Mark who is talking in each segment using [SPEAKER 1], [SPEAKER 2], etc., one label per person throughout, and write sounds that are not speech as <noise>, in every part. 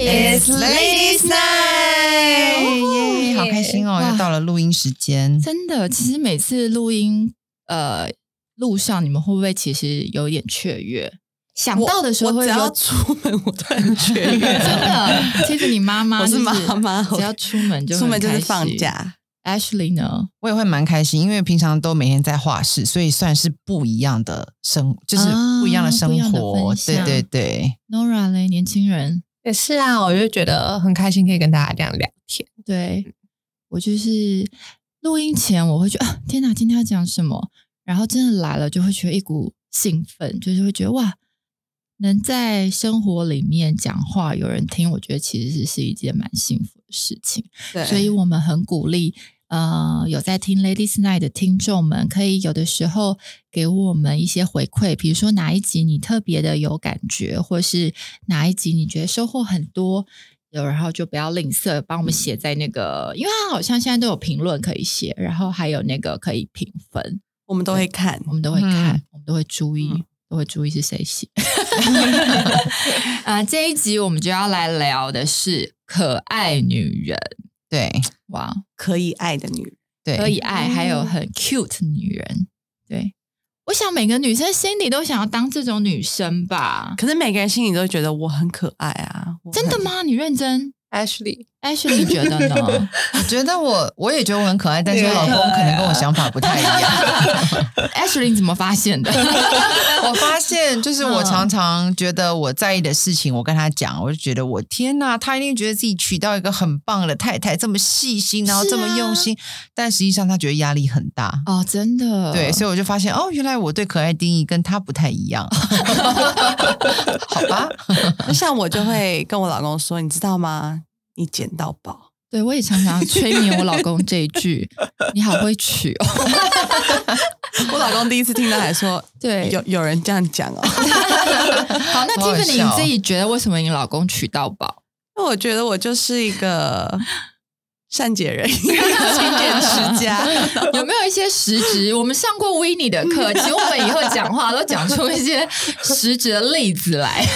[SPEAKER 1] It's Ladies Night，
[SPEAKER 2] 耶，好开心哦！
[SPEAKER 3] 哇
[SPEAKER 2] 又到了录音时间，
[SPEAKER 3] 真的，其实每次录音，呃，路上你们会不会其实有点雀跃？想到的时候
[SPEAKER 1] 我
[SPEAKER 3] 会
[SPEAKER 1] 只要
[SPEAKER 3] 有
[SPEAKER 1] 出门，我都很雀跃。
[SPEAKER 3] 真
[SPEAKER 2] <laughs>
[SPEAKER 3] 的。其实你妈妈、
[SPEAKER 1] 我
[SPEAKER 3] 就是
[SPEAKER 1] 妈妈，
[SPEAKER 3] 只要出门就
[SPEAKER 1] 出门
[SPEAKER 3] 很
[SPEAKER 1] 就是
[SPEAKER 3] 开心
[SPEAKER 1] 放。假。
[SPEAKER 3] Ashley 呢？
[SPEAKER 2] 我也会蛮开心，因为平常都每天在画室，所以算是不一样的生，就是不一样的生
[SPEAKER 3] 啊不一样的
[SPEAKER 2] 活。
[SPEAKER 3] 分
[SPEAKER 2] 对
[SPEAKER 3] 享
[SPEAKER 2] 对对，
[SPEAKER 3] Nora 嘞，年轻人，
[SPEAKER 4] 也是啊，我就觉得很开心，可以跟大家这样聊天。
[SPEAKER 3] 对我就是录音前我会觉得啊，天哪，今天要讲什么？然后真的来了，就会觉得一股兴奋，就是会觉得哇，能在生活里面讲话，有人听，我觉得其实是一件蛮幸福的事情。
[SPEAKER 1] 对，
[SPEAKER 3] 所以我们很鼓励呃有在听 Ladies Night 的听众们，可以有的时候给我们一些回馈，比如说哪一集你特别的有感觉，或是哪一集你觉得收获很多。有，然后就不要吝啬，帮我们写在那个，因为它好像现在都有评论可以写，然后还有那个可以评分，
[SPEAKER 1] 我们都会看
[SPEAKER 3] 我。们都会看，
[SPEAKER 2] 嗯
[SPEAKER 3] 我们都会注意，
[SPEAKER 1] 嗯
[SPEAKER 3] 都会注意是谁写。 <laughs> 啊、这一集我们就要来聊的是可爱女人，
[SPEAKER 2] 对
[SPEAKER 3] 哇，
[SPEAKER 1] 可以爱的女人，
[SPEAKER 2] 对，
[SPEAKER 3] 可以爱，还
[SPEAKER 2] 哦
[SPEAKER 3] 有很 cute 的女人。对，我想每个女生心里都想要当这种女生吧？
[SPEAKER 1] 可是每个人心里都会觉得我很可爱啊。我很
[SPEAKER 3] 真的？吗？ <laughs> 你认真
[SPEAKER 4] Ashley，
[SPEAKER 3] ？Ashley 觉得呢
[SPEAKER 2] 我觉得我我也觉得我很可爱，但是我
[SPEAKER 4] 对
[SPEAKER 2] 老公可能跟我想法不太一样。
[SPEAKER 3] ？Ashley 你怎么发现的？ <laughs>
[SPEAKER 2] <laughs> 我发现，就是
[SPEAKER 3] 嗯
[SPEAKER 2] 我常常觉得我在意的事情，我跟他讲，我就觉得我天呐，他一定觉得自己娶到一个很棒的太太，这么细心，然后这么用心，
[SPEAKER 3] 啊
[SPEAKER 2] 但实际上他觉得压力很大。
[SPEAKER 3] 哦，真的，
[SPEAKER 2] 对，所以我就发现哦，原来我对可爱定义跟他不太
[SPEAKER 3] <laughs>
[SPEAKER 2] 一样，好吧？
[SPEAKER 1] 那像我 <laughs> 就会跟我老公说，你知道吗？你捡到宝。
[SPEAKER 3] 对我也常常催眠我老公这一句， <laughs> 你好会取哦。
[SPEAKER 1] 我老公第一次听到还说，
[SPEAKER 3] <laughs> 对，
[SPEAKER 1] 有有人这样讲哦。 <laughs>
[SPEAKER 3] 好，那
[SPEAKER 2] 好好
[SPEAKER 3] Tiffany
[SPEAKER 2] 笑
[SPEAKER 3] 你自己觉得为什么你老公娶到宝？ <laughs>
[SPEAKER 1] 那我觉得我就是一个善解人意、
[SPEAKER 3] <laughs>
[SPEAKER 1] 勤俭持家。
[SPEAKER 3] 有没有一些实质？我们上过 w i n n i 的课，请我们以后讲话都讲出一些实质的例子来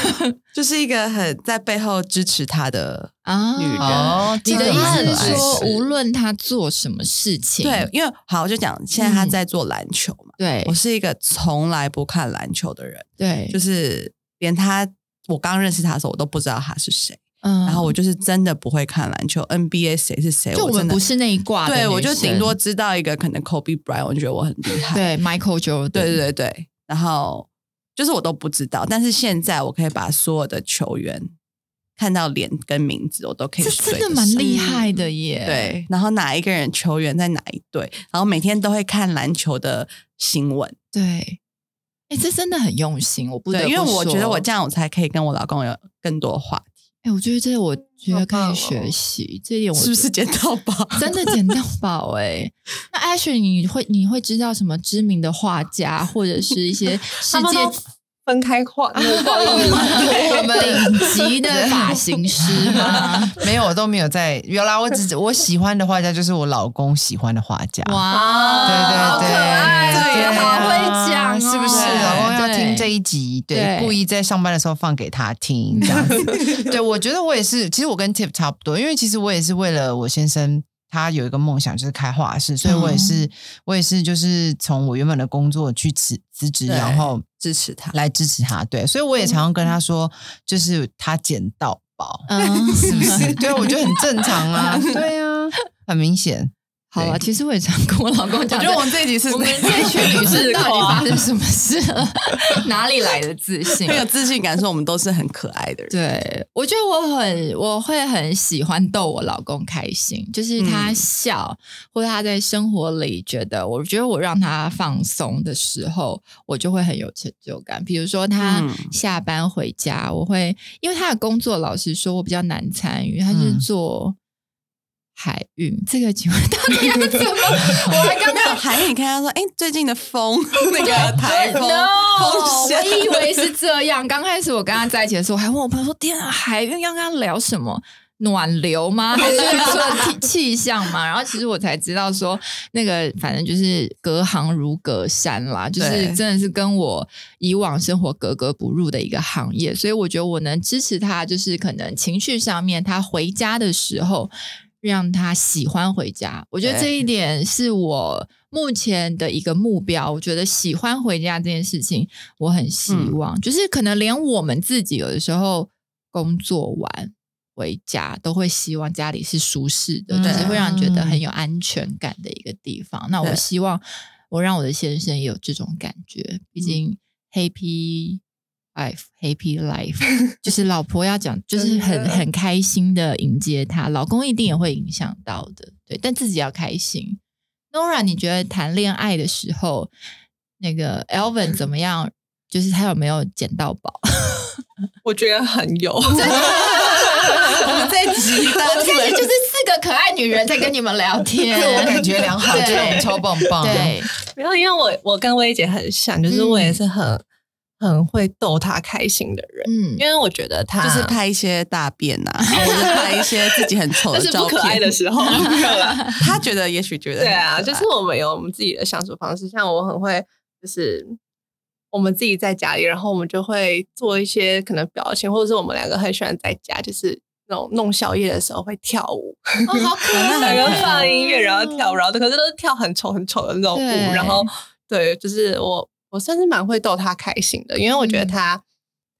[SPEAKER 1] 就是一个很在背后支持他的。
[SPEAKER 3] 啊
[SPEAKER 1] 女人
[SPEAKER 2] 哦，
[SPEAKER 3] 你的
[SPEAKER 2] 这
[SPEAKER 3] 意
[SPEAKER 2] 个
[SPEAKER 3] 思
[SPEAKER 2] 蛮可爱
[SPEAKER 3] 是说，
[SPEAKER 2] 的
[SPEAKER 3] 无论他做什么事情，
[SPEAKER 1] 对，因为好，我就讲现在
[SPEAKER 3] 嗯
[SPEAKER 1] 他在做篮球嘛，
[SPEAKER 3] 对
[SPEAKER 1] 我是一个从来不看篮球的人，就
[SPEAKER 3] 对，
[SPEAKER 1] 是连他我刚认识他的时候，我都不知道他是谁，
[SPEAKER 3] 嗯
[SPEAKER 1] 然后我就是真的不会看篮球，NBA 谁是谁，
[SPEAKER 3] 就我们
[SPEAKER 1] 真的
[SPEAKER 3] 不是那一挂的女
[SPEAKER 1] 对，
[SPEAKER 3] 生，
[SPEAKER 1] 我就顶多知道一个可能 Kobe Bryant，我就觉得我很厉害，
[SPEAKER 3] 对 Michael Jordan，
[SPEAKER 1] 对对对对，然后就是我都不知道，但是现在我可以把所有的球员看到脸跟名字，我都可以
[SPEAKER 3] 这
[SPEAKER 1] 追
[SPEAKER 3] 真
[SPEAKER 1] 得
[SPEAKER 3] 的蛮
[SPEAKER 1] 上
[SPEAKER 3] 厉害的耶，
[SPEAKER 1] 嗯对，然后哪一个人球员在哪一队，然后每天都会看篮球的新闻。
[SPEAKER 3] 对，哎，这真的很用心，我不得
[SPEAKER 1] 对，
[SPEAKER 3] 不
[SPEAKER 1] 因为我
[SPEAKER 3] 说
[SPEAKER 1] 觉得我这，样，我才可以跟我老公有更多话题，
[SPEAKER 3] 哎，我觉得这我觉得可
[SPEAKER 4] 好棒
[SPEAKER 3] 以
[SPEAKER 4] 哦
[SPEAKER 3] 学习，这一 <laughs> 点我
[SPEAKER 1] 是不
[SPEAKER 3] 觉
[SPEAKER 1] 是
[SPEAKER 3] 得
[SPEAKER 1] 捡到宝？
[SPEAKER 3] 真
[SPEAKER 1] <laughs>
[SPEAKER 3] 的捡到宝哎、那 Ashley，你会你会知道什么知名的画家，或者是一
[SPEAKER 1] <laughs>
[SPEAKER 3] 些世
[SPEAKER 4] 他们
[SPEAKER 3] 界
[SPEAKER 4] 都分开 <laughs> 画，那个画面
[SPEAKER 3] 我们顶级的发型师吗？
[SPEAKER 2] 没有，我都没有在。原来我只我喜欢的画家就是我老公喜欢的画家。对
[SPEAKER 3] 哇，
[SPEAKER 2] 对对，
[SPEAKER 3] 呃啊好可爱哦，
[SPEAKER 2] 对
[SPEAKER 3] 你好
[SPEAKER 2] 啊
[SPEAKER 3] 会讲哦，
[SPEAKER 2] 是不是？老公要听这
[SPEAKER 3] 一
[SPEAKER 2] 一集，对
[SPEAKER 3] 对，
[SPEAKER 2] 故意在上班的时候放给他听，这样
[SPEAKER 3] <laughs>
[SPEAKER 2] 子。对，我觉得我也是，其实我跟 Tip 差不多，因为其实我也是为了我先生。他有一个梦想就是开画室，所以我也是，
[SPEAKER 3] 嗯
[SPEAKER 2] 我也是就是从我原本的工作去辞辞职，
[SPEAKER 1] 对
[SPEAKER 2] 然后
[SPEAKER 1] 支持他，
[SPEAKER 2] 来支持他。对，所以我也常常跟他说，就是他捡到宝，
[SPEAKER 3] 嗯，
[SPEAKER 2] 是不
[SPEAKER 3] <laughs>
[SPEAKER 2] 是？对，我觉得很正常啊，对啊，很明显。
[SPEAKER 3] 好了，其实我也常跟我老公讲，
[SPEAKER 1] 我们这一集是
[SPEAKER 3] 我们这
[SPEAKER 1] <laughs>
[SPEAKER 3] 群女生到底发生什么事了？哪里来的自信
[SPEAKER 1] 很？有自信啊感，说我们都是很可爱的人。
[SPEAKER 3] 对，我觉得我很我会很喜欢逗我老公开心，就是他
[SPEAKER 1] 嗯
[SPEAKER 3] 笑、或者他在生活里觉得，我觉得我让他放松的时候，我就会很有成就感。比如说他
[SPEAKER 1] 嗯
[SPEAKER 3] 下班回家，我会因为他的工作，老实说我比较难参与，他是
[SPEAKER 2] 嗯
[SPEAKER 3] 做海运，这个请问到底要怎么？
[SPEAKER 1] <laughs>
[SPEAKER 3] 我还刚
[SPEAKER 1] 没有
[SPEAKER 3] 刚。
[SPEAKER 1] 韩语，你看他说，哎，最近的风，那个 <laughs> 台风
[SPEAKER 3] no，
[SPEAKER 1] 风
[SPEAKER 3] 我
[SPEAKER 1] 险，
[SPEAKER 3] 以为是这样。刚开始我跟他在一起的时候，我还问我朋友说：“天啊，海运要跟他聊什么？”暖流
[SPEAKER 1] <laughs>
[SPEAKER 3] 吗？还是说气气象吗？然后其实我才知道说，那个反正就是隔行如隔山啦，就是
[SPEAKER 1] 对
[SPEAKER 3] 真的是跟我以往生活格格不入的一个行业，所以我觉得我能支持他，就是可能情绪上面，他回家的时候让他喜欢回家，我觉得
[SPEAKER 1] 对
[SPEAKER 3] 这一点是我。目前的一个目标，我觉得喜欢回家这件事情，我很希望，就是可能连我们自己有的时候工作完回家，都会希望家里是舒适的，
[SPEAKER 4] 嗯
[SPEAKER 3] 就是会让人觉得很有安全感的一个地方。那我
[SPEAKER 1] 对
[SPEAKER 3] 希望我让我的先生也有这种感觉，毕
[SPEAKER 4] 嗯
[SPEAKER 3] 竟 happy。life happy
[SPEAKER 4] <laughs>
[SPEAKER 3] life，就是老婆要讲，就是很
[SPEAKER 4] 真的
[SPEAKER 3] 很开心的迎接他，老公一定也会影响到的，对，但自己要开心。Nora，你觉得谈恋爱的时候，那个 Elvin 怎么样？就是他有没有捡到
[SPEAKER 4] <laughs>
[SPEAKER 3] 宝？ <laughs>
[SPEAKER 4] 我觉得很 <laughs> 有，
[SPEAKER 1] 我们这一集大
[SPEAKER 3] <laughs> 我
[SPEAKER 1] 家
[SPEAKER 3] 们
[SPEAKER 1] 真
[SPEAKER 3] 现在
[SPEAKER 1] 的
[SPEAKER 3] 就是四个可爱女人在跟你们聊天，
[SPEAKER 2] 自我感觉良好，
[SPEAKER 3] <laughs> 对
[SPEAKER 2] 觉得我们超棒棒。
[SPEAKER 3] 对，
[SPEAKER 4] 没有，因为我我跟薇姐很像，就是我也是很、很会逗她开心的人，
[SPEAKER 3] 嗯
[SPEAKER 4] 因，为我觉得她
[SPEAKER 1] 就是拍一些大便呐、啊，或者是拍一些自己很丑
[SPEAKER 4] 那
[SPEAKER 1] 的
[SPEAKER 4] 是
[SPEAKER 1] 照
[SPEAKER 4] 不可爱
[SPEAKER 1] 片
[SPEAKER 4] 的。时候，没有啦
[SPEAKER 1] <laughs> 他觉得，也许觉得
[SPEAKER 4] 对
[SPEAKER 1] 很可
[SPEAKER 4] 啊，
[SPEAKER 1] 爱
[SPEAKER 4] 就是我们有我们自己的相处方式，像我很会就是。我们自己在家里，然后我们就会做一些可能表情，或者是我们两个很喜欢在家，就是那种弄宵夜的时候会跳舞，
[SPEAKER 3] 哦，好
[SPEAKER 2] <laughs>
[SPEAKER 3] 可
[SPEAKER 4] 两
[SPEAKER 3] 爱，
[SPEAKER 4] 个放音乐然后跳舞，然后可是都是跳很丑很丑的那种
[SPEAKER 3] 对
[SPEAKER 4] 舞，然后对，就是我我算是蛮会逗他开心的，因为我
[SPEAKER 3] 嗯
[SPEAKER 4] 觉得他、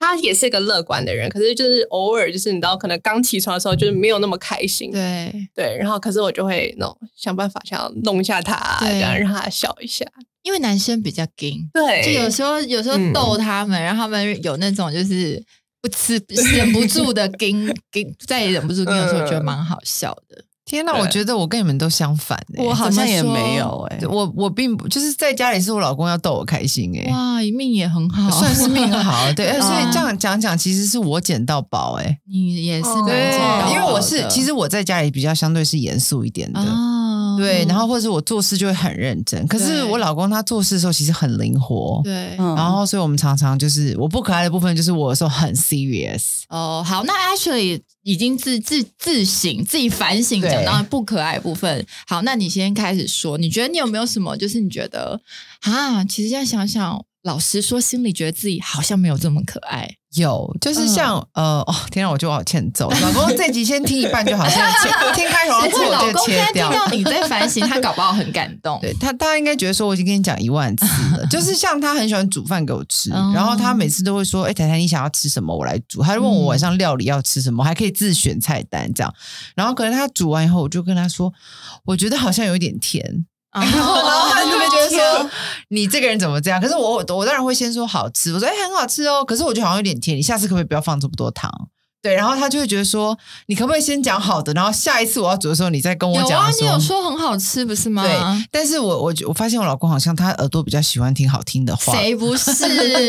[SPEAKER 4] 他也是一个乐观的人，可是就是偶尔就是你知道，可能刚起床的时候就是没有那么开心，
[SPEAKER 3] 对，
[SPEAKER 4] 对，然后可是我就会那种想办法想要弄一下他，
[SPEAKER 3] 对
[SPEAKER 4] 这样让他笑一下。
[SPEAKER 3] 因为男生比较硬，
[SPEAKER 4] 对，
[SPEAKER 3] 就有时候有时候逗他们，让他们有那种就是不吃忍不住的硬 <laughs> 硬，再也忍不住硬，有时候觉得蛮好笑的。
[SPEAKER 2] 天哪，
[SPEAKER 4] 对
[SPEAKER 2] 我觉得我跟你们都相反欸
[SPEAKER 1] 我好像也没有哎、
[SPEAKER 2] 对我我并不就是在家里是我老公要逗我开心哎、
[SPEAKER 3] 哇，命也很好，
[SPEAKER 2] 算是命好，对，呃
[SPEAKER 3] 嗯
[SPEAKER 2] 所以这样讲讲，其实是我捡到宝哎、
[SPEAKER 3] <laughs> 你也是
[SPEAKER 4] 哦
[SPEAKER 3] 蛮
[SPEAKER 4] 对
[SPEAKER 3] 知道
[SPEAKER 2] 因为我是
[SPEAKER 3] 的
[SPEAKER 2] 其实我在家里比较相对是严肃一点的，
[SPEAKER 3] 哦，
[SPEAKER 2] 对，然后或者我做事就会很认真，可是
[SPEAKER 3] 对
[SPEAKER 2] 我老公他做事的时候其实很灵活，
[SPEAKER 3] 对，
[SPEAKER 1] 嗯
[SPEAKER 2] 然后所以我们常常就是我不可爱的部分就是我有时候很 serious，
[SPEAKER 3] 哦，好，那 Ashley 已经自自自省、自己反省，
[SPEAKER 2] 对
[SPEAKER 3] 讲到不可爱的部分。好，那你先开始说，你觉得你有没有什么，就是你觉得啊，其实这样想想，老实说，心里觉得自己好像没有这么可爱。
[SPEAKER 2] 有就是像、
[SPEAKER 3] 嗯
[SPEAKER 2] 呃哦天啊，我觉得我好欠揍，老公这集先听一半就好，现在切 <laughs> 听开头
[SPEAKER 3] 而
[SPEAKER 2] 然后
[SPEAKER 3] 且
[SPEAKER 2] 哦我
[SPEAKER 3] 老
[SPEAKER 2] 就
[SPEAKER 3] 公现
[SPEAKER 2] 切
[SPEAKER 3] 在听
[SPEAKER 2] 掉。
[SPEAKER 3] 到你在反省，他搞不好很感动。
[SPEAKER 2] 对他，大家应该觉得说，我已经跟你讲一万次了。就是像他很喜欢煮饭给我吃，
[SPEAKER 3] <laughs> 哦
[SPEAKER 2] 然后他每次都会说：“哎、太太，你想要吃什么？我来煮。”他就问我晚
[SPEAKER 3] 嗯
[SPEAKER 2] 上料理要吃什么，还可以自选菜单这样。然后可能他煮完以后，我就跟他说：“我觉得好像有一点
[SPEAKER 3] <laughs>
[SPEAKER 2] 甜。”
[SPEAKER 3] 哦，
[SPEAKER 2] 然 <laughs> 后他就会觉得
[SPEAKER 1] 天
[SPEAKER 2] 说：“你这个人怎么这样？”可是我我当然会先说好吃，我说：“哎、很好吃哦。”可是我觉得好像有点甜，你下次可不可以不要放这么多糖？对，然后他就会觉得说：“你可不可以先讲好的，然后下一次我要煮的时候，你再跟我
[SPEAKER 3] 有
[SPEAKER 2] 讲
[SPEAKER 3] 啊，
[SPEAKER 2] 说
[SPEAKER 3] 你有说很好吃，不是吗？
[SPEAKER 2] 对，但是我我觉我发现我老公好像他耳朵比较喜欢听好听的话，？
[SPEAKER 3] 谁不是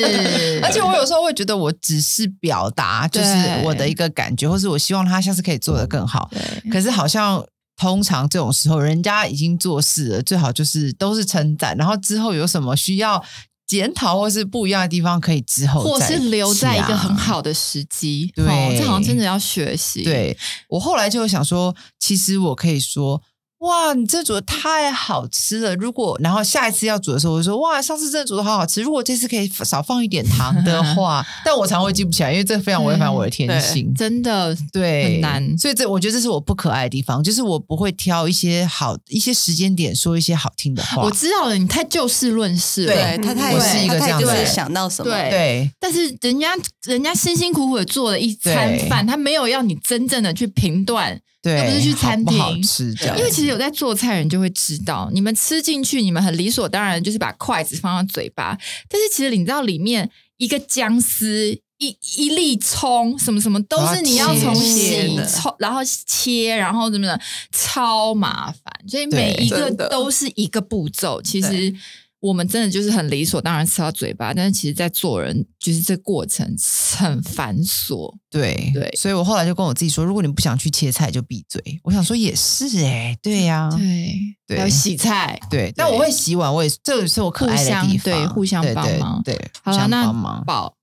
[SPEAKER 2] <laughs> 而且我有时候会觉得我只是表达就是
[SPEAKER 3] 对嗯
[SPEAKER 2] 我的一个感觉，或是我希望他下次可以做得更好。
[SPEAKER 3] 对
[SPEAKER 2] 可是好像通常这种时候，人家已经做事了，最好就是都是称赞，然后之后有什么需要检讨或是不一样的地方，可以之后
[SPEAKER 3] 或
[SPEAKER 2] 再
[SPEAKER 3] 是留在一个
[SPEAKER 2] 提啊
[SPEAKER 3] 很好的时机，
[SPEAKER 2] 对
[SPEAKER 3] 哦这好像真的要学习。，
[SPEAKER 2] 对我后来就想说，其实我可以说。哇，你这煮的太好吃了！如果然后下一次要煮的时候，我就说哇，上次真的煮的好好吃。如果这次可以少放一点糖
[SPEAKER 3] <laughs>
[SPEAKER 2] 的话，但我常会记不起来，因为这非常违反我的天性。
[SPEAKER 3] 真的
[SPEAKER 2] 对，
[SPEAKER 3] 嗯很难
[SPEAKER 2] 所以这我觉得这是我不可爱的地方，就是我不会挑一些好一些时间点说一些好听的话
[SPEAKER 3] 我。知道了，你太就事论事了。
[SPEAKER 1] 对他太
[SPEAKER 2] 我是一个这
[SPEAKER 1] 他太
[SPEAKER 2] 样
[SPEAKER 1] 就
[SPEAKER 2] 的
[SPEAKER 1] 是
[SPEAKER 2] 人
[SPEAKER 1] 想到什么，
[SPEAKER 3] 对
[SPEAKER 2] 对，
[SPEAKER 3] 但是人家人家辛辛苦苦的做了一餐
[SPEAKER 2] 对
[SPEAKER 3] 饭，他没有要你真正的去评断，
[SPEAKER 2] 对，
[SPEAKER 3] 又不是去餐厅
[SPEAKER 2] 好不好吃这样，
[SPEAKER 3] 因为其实有在做菜的人就会知道，你们吃进去，你们很理所当然就是把筷子放到嘴巴，但是其实你知道里面一个姜丝。一一粒葱什么什么都是你要从
[SPEAKER 1] 切
[SPEAKER 3] 洗
[SPEAKER 1] 的
[SPEAKER 3] 葱，然后切，然后怎么的，超麻烦。所以每
[SPEAKER 2] 对
[SPEAKER 3] 一个
[SPEAKER 4] 真的
[SPEAKER 3] 都是一个步骤。其实我们真的就是很理所当然吃到嘴巴，但是其实，在做人就是这过程很繁琐。
[SPEAKER 2] 对
[SPEAKER 3] 对
[SPEAKER 2] 所以我后来就跟我自己说，如果你不想去切菜，就闭嘴。我想说也是哎、对呀、
[SPEAKER 3] 对，
[SPEAKER 2] 对
[SPEAKER 3] 还有洗菜，
[SPEAKER 2] 对，但我会洗碗，我也这也是我可爱的地方，
[SPEAKER 3] 互相对互相帮忙
[SPEAKER 2] 对，对互
[SPEAKER 3] 好了，
[SPEAKER 2] 相
[SPEAKER 3] 那
[SPEAKER 2] 帮忙。
[SPEAKER 3] 宝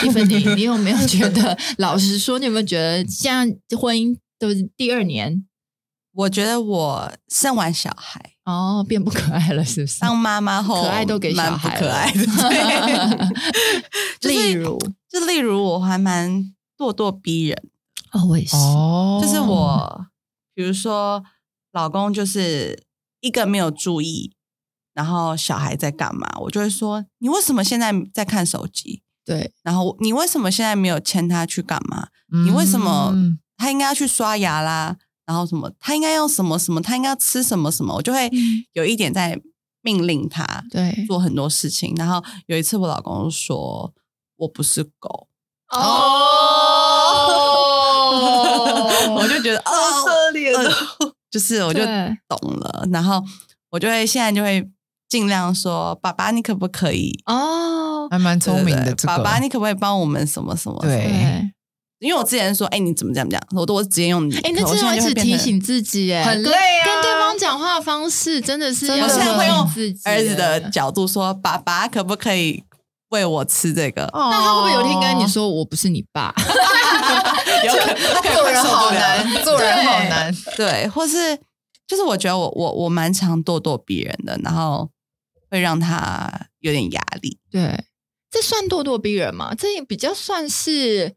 [SPEAKER 3] 蒂芬尼，你有没有觉得？老实说，你有没有觉得，像婚姻就是第二年
[SPEAKER 1] 我觉得我生完小孩
[SPEAKER 3] 哦，变不可爱了，是不是？ <laughs>
[SPEAKER 1] 当妈妈后，
[SPEAKER 3] 可爱都给小
[SPEAKER 1] 蛮不
[SPEAKER 3] 孩
[SPEAKER 1] 可
[SPEAKER 3] 了
[SPEAKER 1] 爱的。对
[SPEAKER 3] <laughs>
[SPEAKER 1] 就是
[SPEAKER 3] 例如，
[SPEAKER 1] 就例如我还蛮咄咄逼人，
[SPEAKER 3] 哦，我也是，
[SPEAKER 2] 哦
[SPEAKER 1] 就是我，比如说老公就是一个没有注意，然后小孩在干嘛，我就会说你为什么现在在看手机？
[SPEAKER 3] 对，
[SPEAKER 1] 然后你为什么现在没有牵他去干嘛？你为什么
[SPEAKER 2] 嗯
[SPEAKER 1] 他应该要去刷牙啦，然后什么他应该要什么什么，他应该要吃什么什么，我就会
[SPEAKER 3] 嗯
[SPEAKER 1] 有一点在命令他
[SPEAKER 3] 对，
[SPEAKER 1] 做很多事情。然后有一次我老公说我不是狗，
[SPEAKER 3] 哦
[SPEAKER 4] 哦，
[SPEAKER 1] <laughs> 我就觉得
[SPEAKER 4] <laughs> 好
[SPEAKER 1] 哦，
[SPEAKER 4] 可
[SPEAKER 3] <laughs>
[SPEAKER 4] 怜哦。
[SPEAKER 1] 呃就是我就
[SPEAKER 3] 对
[SPEAKER 1] 懂了，然后我就会现在就会尽量说，爸爸，你可不可以？
[SPEAKER 3] 哦，
[SPEAKER 2] 还蛮聪明
[SPEAKER 1] 对
[SPEAKER 2] 的
[SPEAKER 1] 对对
[SPEAKER 2] 这个，
[SPEAKER 1] 爸爸，你可不可以帮我们什么什么？
[SPEAKER 2] 对
[SPEAKER 3] 对，
[SPEAKER 1] 因为我之前说，哎，你怎么这样这样？我都我直接用你，
[SPEAKER 3] 哎，那
[SPEAKER 1] 可我
[SPEAKER 3] 真的
[SPEAKER 1] 现
[SPEAKER 3] 要一
[SPEAKER 1] 在就
[SPEAKER 3] 直
[SPEAKER 1] 会变
[SPEAKER 3] 提
[SPEAKER 1] 成
[SPEAKER 3] 醒自己，哎，
[SPEAKER 4] 很
[SPEAKER 3] 跟
[SPEAKER 4] 累啊
[SPEAKER 3] 跟对方讲话的方式真的是
[SPEAKER 2] 真
[SPEAKER 3] 要
[SPEAKER 2] 的
[SPEAKER 1] 我现在会用
[SPEAKER 3] 自己
[SPEAKER 1] 儿子的
[SPEAKER 3] 哎
[SPEAKER 1] 角度说，爸爸可不可以喂我吃这个？
[SPEAKER 2] 哦
[SPEAKER 3] 那他会不会有一天跟你说我不是你爸？
[SPEAKER 1] 有可能他可能
[SPEAKER 2] 做
[SPEAKER 1] 会
[SPEAKER 2] 人
[SPEAKER 1] 受不
[SPEAKER 2] 好
[SPEAKER 1] 了
[SPEAKER 2] 难，做人好
[SPEAKER 3] 对
[SPEAKER 2] 难，
[SPEAKER 1] 对，或是就是我觉得我我我蛮常咄咄逼人的，然后会让他有点压力。
[SPEAKER 3] 对，这算咄咄逼人吗？这也比较算是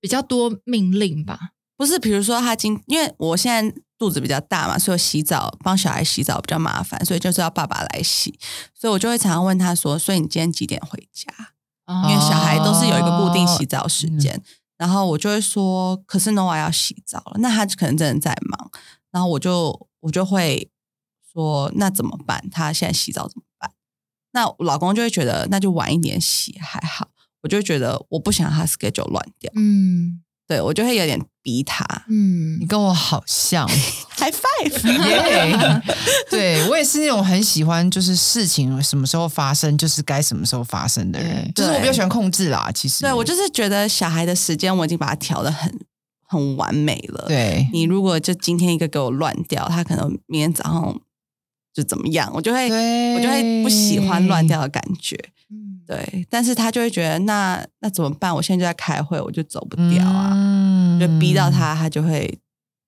[SPEAKER 3] 比较多命令吧。
[SPEAKER 1] 不是，比如说他今，因为我现在肚子比较大嘛，所以我洗澡帮小孩洗澡比较麻烦，所以就是要爸爸来洗，所以我就会常常问他说：“所以你今天几点回家？”因为
[SPEAKER 3] 哦
[SPEAKER 1] 小孩都是有一个固定洗澡时间，然后我就会说：“可是 Nova 要洗澡了，那他可能真的在忙。”然后我就我就会说：“那怎么办？他现在洗澡怎么办？”那我老公就会觉得那就晚一点洗还好，我就会觉得我不想他 schedule 乱掉，
[SPEAKER 3] 嗯
[SPEAKER 1] 对我就会有点逼他。
[SPEAKER 2] 你
[SPEAKER 3] 嗯，
[SPEAKER 2] 跟我好
[SPEAKER 1] <laughs>
[SPEAKER 2] 像。
[SPEAKER 1] High five！
[SPEAKER 2] 耶！对我也是那种很喜欢，就是事情什么时候发生，就是该什么时候发生的人。就
[SPEAKER 3] 对
[SPEAKER 2] 是我比较
[SPEAKER 1] 对
[SPEAKER 2] 喜欢控制啦，其实。
[SPEAKER 1] 对我就是觉得小孩的时间我已经把它调的很很完美了。，
[SPEAKER 2] 对
[SPEAKER 1] 你如果就今天一个给我乱掉，他可能明天早上就怎么样，我就会
[SPEAKER 2] 对
[SPEAKER 1] 我就会不喜欢乱掉的感觉。 <laughs>
[SPEAKER 3] 嗯
[SPEAKER 1] 对，但是他就会觉得那那怎么办？我现在就在开会，我就走不掉啊，
[SPEAKER 2] 嗯
[SPEAKER 1] 就逼到。他，他就会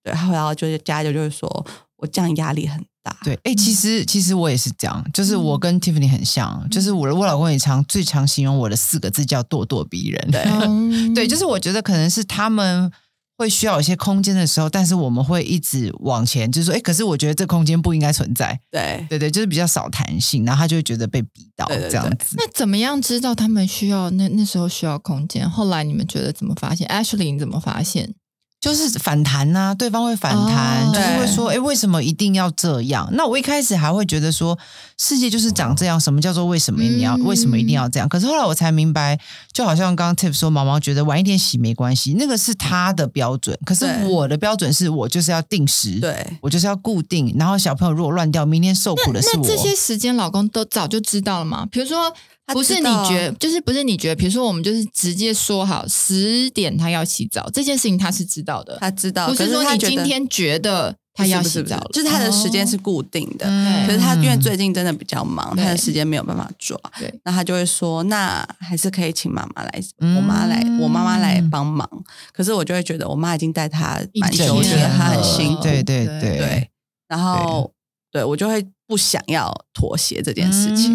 [SPEAKER 1] 对，他然后就是家就就会说我这样压力很大。
[SPEAKER 2] 对，哎、其实
[SPEAKER 1] 嗯
[SPEAKER 2] 其实我也是这样，就是我跟 Tiffany 很像，就是我的我老公也常最常形容我的四个字叫咄咄逼人。对
[SPEAKER 3] 嗯
[SPEAKER 2] 对，就是我觉得可能是他们会需要有一些空间的时候，但是我们会一直往前，就是说，哎，可是我觉得这空间不应该存在。
[SPEAKER 1] 对
[SPEAKER 2] 对对，就是比较少弹性，然后他就会觉得被逼到
[SPEAKER 1] 对对对
[SPEAKER 2] 这样子。
[SPEAKER 3] 那怎么样知道他们需要那那时候需要空间？后来你们觉得怎么发现？Ashley 你怎么发现？
[SPEAKER 2] 就是反弹呐、对方会反弹，
[SPEAKER 3] 哦
[SPEAKER 2] 就是会
[SPEAKER 1] 对
[SPEAKER 2] 说，哎，为什么一定要这样？那我一开始还会觉得说，世界就是长这样，什么叫做为什么你要、
[SPEAKER 3] 嗯
[SPEAKER 2] 为什么一定要这样？可是后来我才明白，就好像刚刚 Tip 说，毛毛觉得晚一点洗没关系，那个是他的标准，可是
[SPEAKER 1] 对
[SPEAKER 2] 我的标准是我就是要定时，
[SPEAKER 1] 对
[SPEAKER 2] 我就是要固定，然后小朋友如果乱掉，明天受苦的是
[SPEAKER 3] 那
[SPEAKER 2] 我。
[SPEAKER 3] 这些时间老公都早就知道了吗？比如说，
[SPEAKER 1] 他
[SPEAKER 3] 不是
[SPEAKER 1] 知
[SPEAKER 3] 你
[SPEAKER 1] 道啊
[SPEAKER 3] 觉，就是不是你觉得，比如说我们就是直接说好十点他要洗澡这件事情，他是知道的，
[SPEAKER 1] 他知道，
[SPEAKER 3] 不
[SPEAKER 1] 可
[SPEAKER 3] 是说
[SPEAKER 1] 他
[SPEAKER 3] 你
[SPEAKER 1] 觉
[SPEAKER 3] 今
[SPEAKER 1] 得
[SPEAKER 3] 天觉得他要
[SPEAKER 1] 不是
[SPEAKER 3] 洗
[SPEAKER 1] 不是
[SPEAKER 3] 澡
[SPEAKER 1] 不
[SPEAKER 3] 了
[SPEAKER 1] 是，就是他的时间是
[SPEAKER 3] 哦
[SPEAKER 1] 固定的。
[SPEAKER 2] 嗯
[SPEAKER 1] 可是他因为最近真的比较忙，
[SPEAKER 3] 对
[SPEAKER 1] 他的时间没有办法抓，
[SPEAKER 3] 对，
[SPEAKER 1] 那他就会说，那还是可以请妈妈来，
[SPEAKER 2] 嗯
[SPEAKER 1] 我妈来，我妈妈来帮忙。可是我就会觉得，我妈已经带他蛮久，我觉得他很辛苦，
[SPEAKER 2] 对对
[SPEAKER 3] 对
[SPEAKER 2] 对
[SPEAKER 1] 对，然后对我就会不想要妥协这件事情，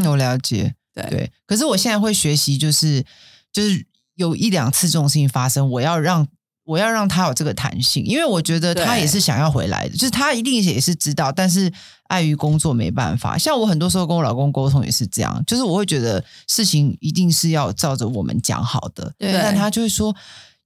[SPEAKER 2] 嗯，我了解。
[SPEAKER 1] 对
[SPEAKER 2] 对，可是我现在会学习，就是就是有一两次这种事情发生，我要让我要让他有这个弹性，因为我觉得他
[SPEAKER 1] 对
[SPEAKER 2] 也是想要回来的，就是他一定也是知道，但是碍于工作没办法。像我很多时候跟我老公沟通也是这样，就是我会觉得事情一定是要照着我们讲好的，
[SPEAKER 3] 对
[SPEAKER 2] 但他就会说。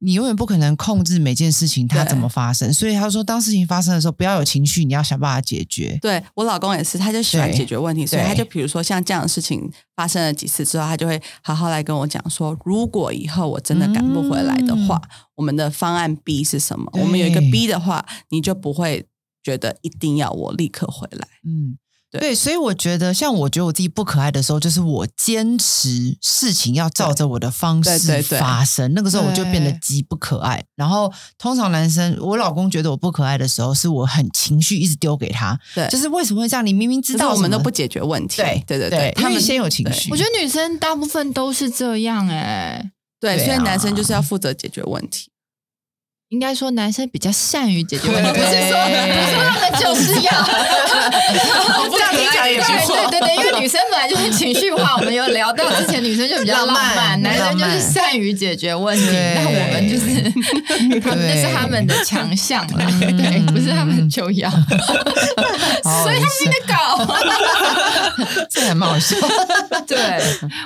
[SPEAKER 2] 你永远不可能控制每件事情它
[SPEAKER 1] 对
[SPEAKER 2] 怎么发生，所以他说，当事情发生的时候，不要有情绪，你要想办法解决。
[SPEAKER 1] 对我老公也是，他就喜欢
[SPEAKER 2] 对
[SPEAKER 1] 解决问题，所以
[SPEAKER 2] 对
[SPEAKER 1] 他就比如说像这样的事情发生了几次之后，他就会好好来跟我讲说，如果以后我真的赶不回来的话，我们的方案 B 是什么？
[SPEAKER 2] 嗯对
[SPEAKER 1] 我们有一个 B 的话，你就不会觉得一定要我立刻回来。
[SPEAKER 2] 嗯，
[SPEAKER 1] 对
[SPEAKER 2] 对，所以我觉得，像我觉得我自己不可爱的时候，就是我坚持事情要照着我的方
[SPEAKER 1] 对对
[SPEAKER 2] 式
[SPEAKER 1] 对对
[SPEAKER 2] 发生，那个时候我就变得
[SPEAKER 3] 对
[SPEAKER 2] 极不可爱。然后，通常男生，我老公觉得我不可爱的时候，是我很情绪一直丢给他，
[SPEAKER 1] 对，
[SPEAKER 2] 就是是为什么会这样？你明明知道
[SPEAKER 1] 我们都不
[SPEAKER 2] 解，
[SPEAKER 1] 解决问题，
[SPEAKER 2] 对
[SPEAKER 1] 对对
[SPEAKER 2] 对，
[SPEAKER 1] 他
[SPEAKER 2] 因
[SPEAKER 1] 们
[SPEAKER 2] 为先有情绪，
[SPEAKER 3] 我觉得女生大部分都是这样哎、
[SPEAKER 1] 对，
[SPEAKER 2] 对啊
[SPEAKER 1] 所以男生就是要负责解决问题。
[SPEAKER 3] 应该说男生比较善于解决问题，不
[SPEAKER 2] 对
[SPEAKER 3] 是说不是说他们就是 <laughs> 要，
[SPEAKER 4] 我不想听讲一句话。
[SPEAKER 3] 对对对，因为女生本来就是情绪化，我们有聊到之前女生就比较浪
[SPEAKER 2] 浪漫
[SPEAKER 3] 漫，男生就是善于解决问题，
[SPEAKER 2] 对
[SPEAKER 3] 那我们就是他们那是他们的强项啦，对，不是他们就要，所以他们是在搞。
[SPEAKER 2] 哦这还蛮好
[SPEAKER 3] <laughs>
[SPEAKER 2] 笑。
[SPEAKER 3] 对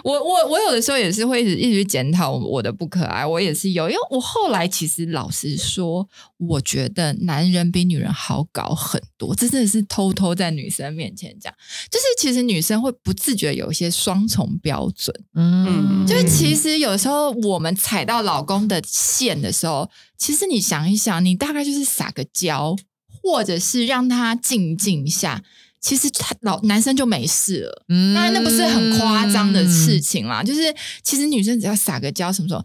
[SPEAKER 3] 我我我有的时候也是会一直一直检讨我的不可爱，我也是有，因为我后来其实老实说，我觉得男人比女人好搞很多，这真的是偷偷在女生面前讲，就是其实女生会不自觉有一些双重标准，
[SPEAKER 2] 嗯，
[SPEAKER 3] 就是其实有时候我们踩到老公的线的时候，其实你想一想，你大概就是撒个娇，或者是让他静静一下。其实他老男生就没事了，
[SPEAKER 2] 嗯
[SPEAKER 3] 那那不是很夸张的事情啦，就是其实女生只要撒个娇什么时候，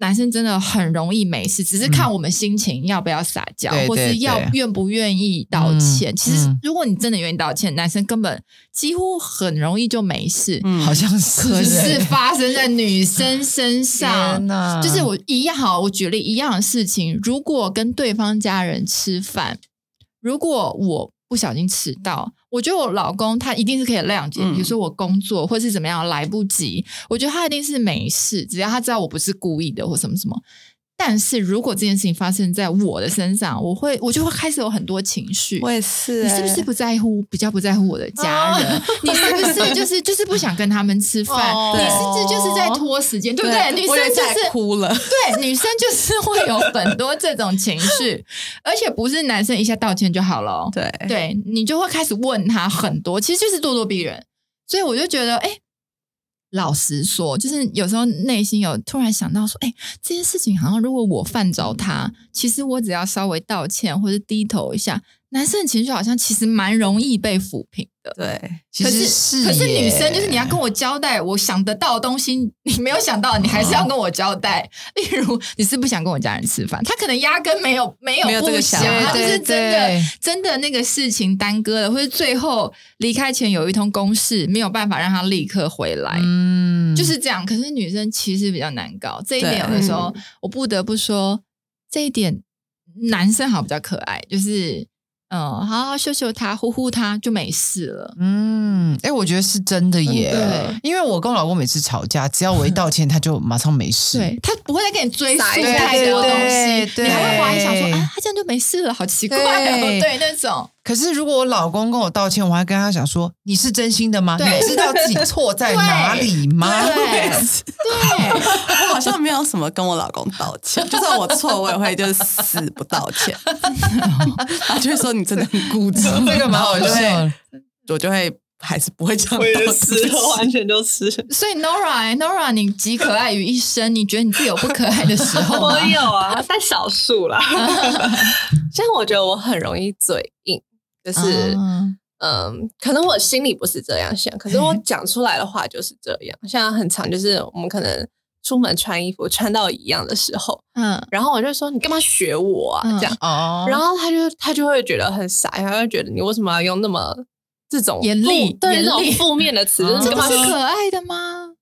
[SPEAKER 3] 男生真的很容易没事，只是看我们心情要不要撒娇，
[SPEAKER 2] 嗯对
[SPEAKER 3] 或
[SPEAKER 2] 对
[SPEAKER 3] 是要
[SPEAKER 2] 对
[SPEAKER 3] 愿不愿意道歉。
[SPEAKER 2] 嗯
[SPEAKER 3] 其实
[SPEAKER 2] 嗯
[SPEAKER 3] 如果你真的愿意道歉，男生根本几乎很容易就没事。
[SPEAKER 1] 嗯
[SPEAKER 2] 好像是。
[SPEAKER 3] 可是发生在女生身上
[SPEAKER 2] 天，
[SPEAKER 1] 嗯
[SPEAKER 2] 哪
[SPEAKER 3] 就是我一样好，我举例一样的事情，如果跟对方家人吃饭，如果我不小心迟到，我觉得我老公他一定是可以谅解，
[SPEAKER 1] 嗯
[SPEAKER 3] 比如说我工作或是怎么样来不及，我觉得他一定是没事，只要他知道我不是故意的或什么什么。但是如果这件事情发生在我的身上，我会我就会开始有很多情绪，
[SPEAKER 1] 我也是、哎
[SPEAKER 3] 你是不是不在乎？比较不在乎我的家
[SPEAKER 1] <laughs>
[SPEAKER 3] 人？你是不是就是就是不想跟他们吃饭？
[SPEAKER 4] 哦
[SPEAKER 3] 你是不是就是在拖时间？对不对？女生
[SPEAKER 1] 我也
[SPEAKER 3] 就
[SPEAKER 1] 在
[SPEAKER 3] 是
[SPEAKER 1] 哭了，
[SPEAKER 3] 对，女生就是会有很多这种情绪，而且不是男生一下道歉就好了哦。
[SPEAKER 1] 对
[SPEAKER 3] 对你就会开始问他很多，其实就是咄咄逼人。所以我就觉得，哎、老实说，就是有时候内心有突然想到说，哎、这件事情好像如果我犯着他，其实我只要稍微道歉或者低头一下，男生的情绪好像其实蛮容易被抚平的。
[SPEAKER 1] <laughs> 对，
[SPEAKER 2] 其
[SPEAKER 3] 可
[SPEAKER 2] 实
[SPEAKER 3] 是
[SPEAKER 2] 是
[SPEAKER 3] 可是女生就是
[SPEAKER 2] 耶
[SPEAKER 3] 你要跟我交代，我想得到的东西， <laughs> 你没有想到，你还是要跟我交代。 <laughs> 例如，你是不想跟我家人吃饭，他可能压根没有没有
[SPEAKER 1] 没有这
[SPEAKER 3] 不
[SPEAKER 1] 个
[SPEAKER 3] 想，
[SPEAKER 1] 想
[SPEAKER 3] 他
[SPEAKER 1] 法
[SPEAKER 3] 就是
[SPEAKER 2] 对对
[SPEAKER 3] 真的
[SPEAKER 2] 对
[SPEAKER 3] 真的那个事情耽搁了，或者最后离开前有一通公事，没有办法让他立刻回来。
[SPEAKER 2] 嗯
[SPEAKER 3] 就是这样，可是女生其实比较难搞，这一点有
[SPEAKER 1] 对
[SPEAKER 3] 的时候我不得不说，这一点男生好像比较可爱，就是嗯，好好秀秀他，呼呼他就没事了。
[SPEAKER 2] 嗯，哎、我觉得是真的耶，
[SPEAKER 3] 对
[SPEAKER 2] 因为我跟我老公每次吵架，只要我一道歉，他就马上没事。
[SPEAKER 3] 对他不会再给你追溯
[SPEAKER 4] 撒一下
[SPEAKER 3] 太多东
[SPEAKER 2] 对
[SPEAKER 3] 西，
[SPEAKER 2] 对
[SPEAKER 3] 你还会怀疑想
[SPEAKER 2] 对
[SPEAKER 3] 说啊，他这样就没事了，好奇怪哦，
[SPEAKER 2] 对
[SPEAKER 3] 对那种，
[SPEAKER 2] 可是如果我老公跟我道歉，我还跟他讲说：“你是真心的吗？
[SPEAKER 3] 对
[SPEAKER 2] 你知道自己错在哪里吗？”
[SPEAKER 3] 对对，
[SPEAKER 1] 我 <laughs> 好像没有什么跟我老公道歉，就算我错，我也会就是死不道歉，他就会说你真的很固执，
[SPEAKER 2] 这个蛮好笑的。
[SPEAKER 1] 我就会还是不会讲道
[SPEAKER 4] 我
[SPEAKER 1] 歉，
[SPEAKER 4] 也是， <laughs> 我完全就是。
[SPEAKER 3] 所以 Nora Nora，你集可爱于一身，你觉得你自己有不可爱的时候吗
[SPEAKER 4] <laughs> 我？有啊，但少
[SPEAKER 3] <laughs>
[SPEAKER 4] 数啦。像我觉得我很容易嘴硬，就是、
[SPEAKER 3] 嗯
[SPEAKER 4] 嗯，可能我心里不是这样想，可是我讲出来的话就是这样。像很常就是我们可能出门穿衣服穿到一样的时候，
[SPEAKER 3] 嗯
[SPEAKER 4] 然后我就说你干嘛学我啊、
[SPEAKER 3] 嗯
[SPEAKER 4] 这样，
[SPEAKER 2] 哦，
[SPEAKER 4] 然后他就他就会觉得很傻，他会觉得你为什么要用那么这种
[SPEAKER 3] 严厉
[SPEAKER 4] 负对
[SPEAKER 3] 严厉嗯
[SPEAKER 4] 这种负面的词，
[SPEAKER 2] 哦
[SPEAKER 4] 就是你
[SPEAKER 3] 这
[SPEAKER 4] 干
[SPEAKER 3] 不
[SPEAKER 4] 嘛
[SPEAKER 3] 是
[SPEAKER 4] 学
[SPEAKER 3] 可爱的吗？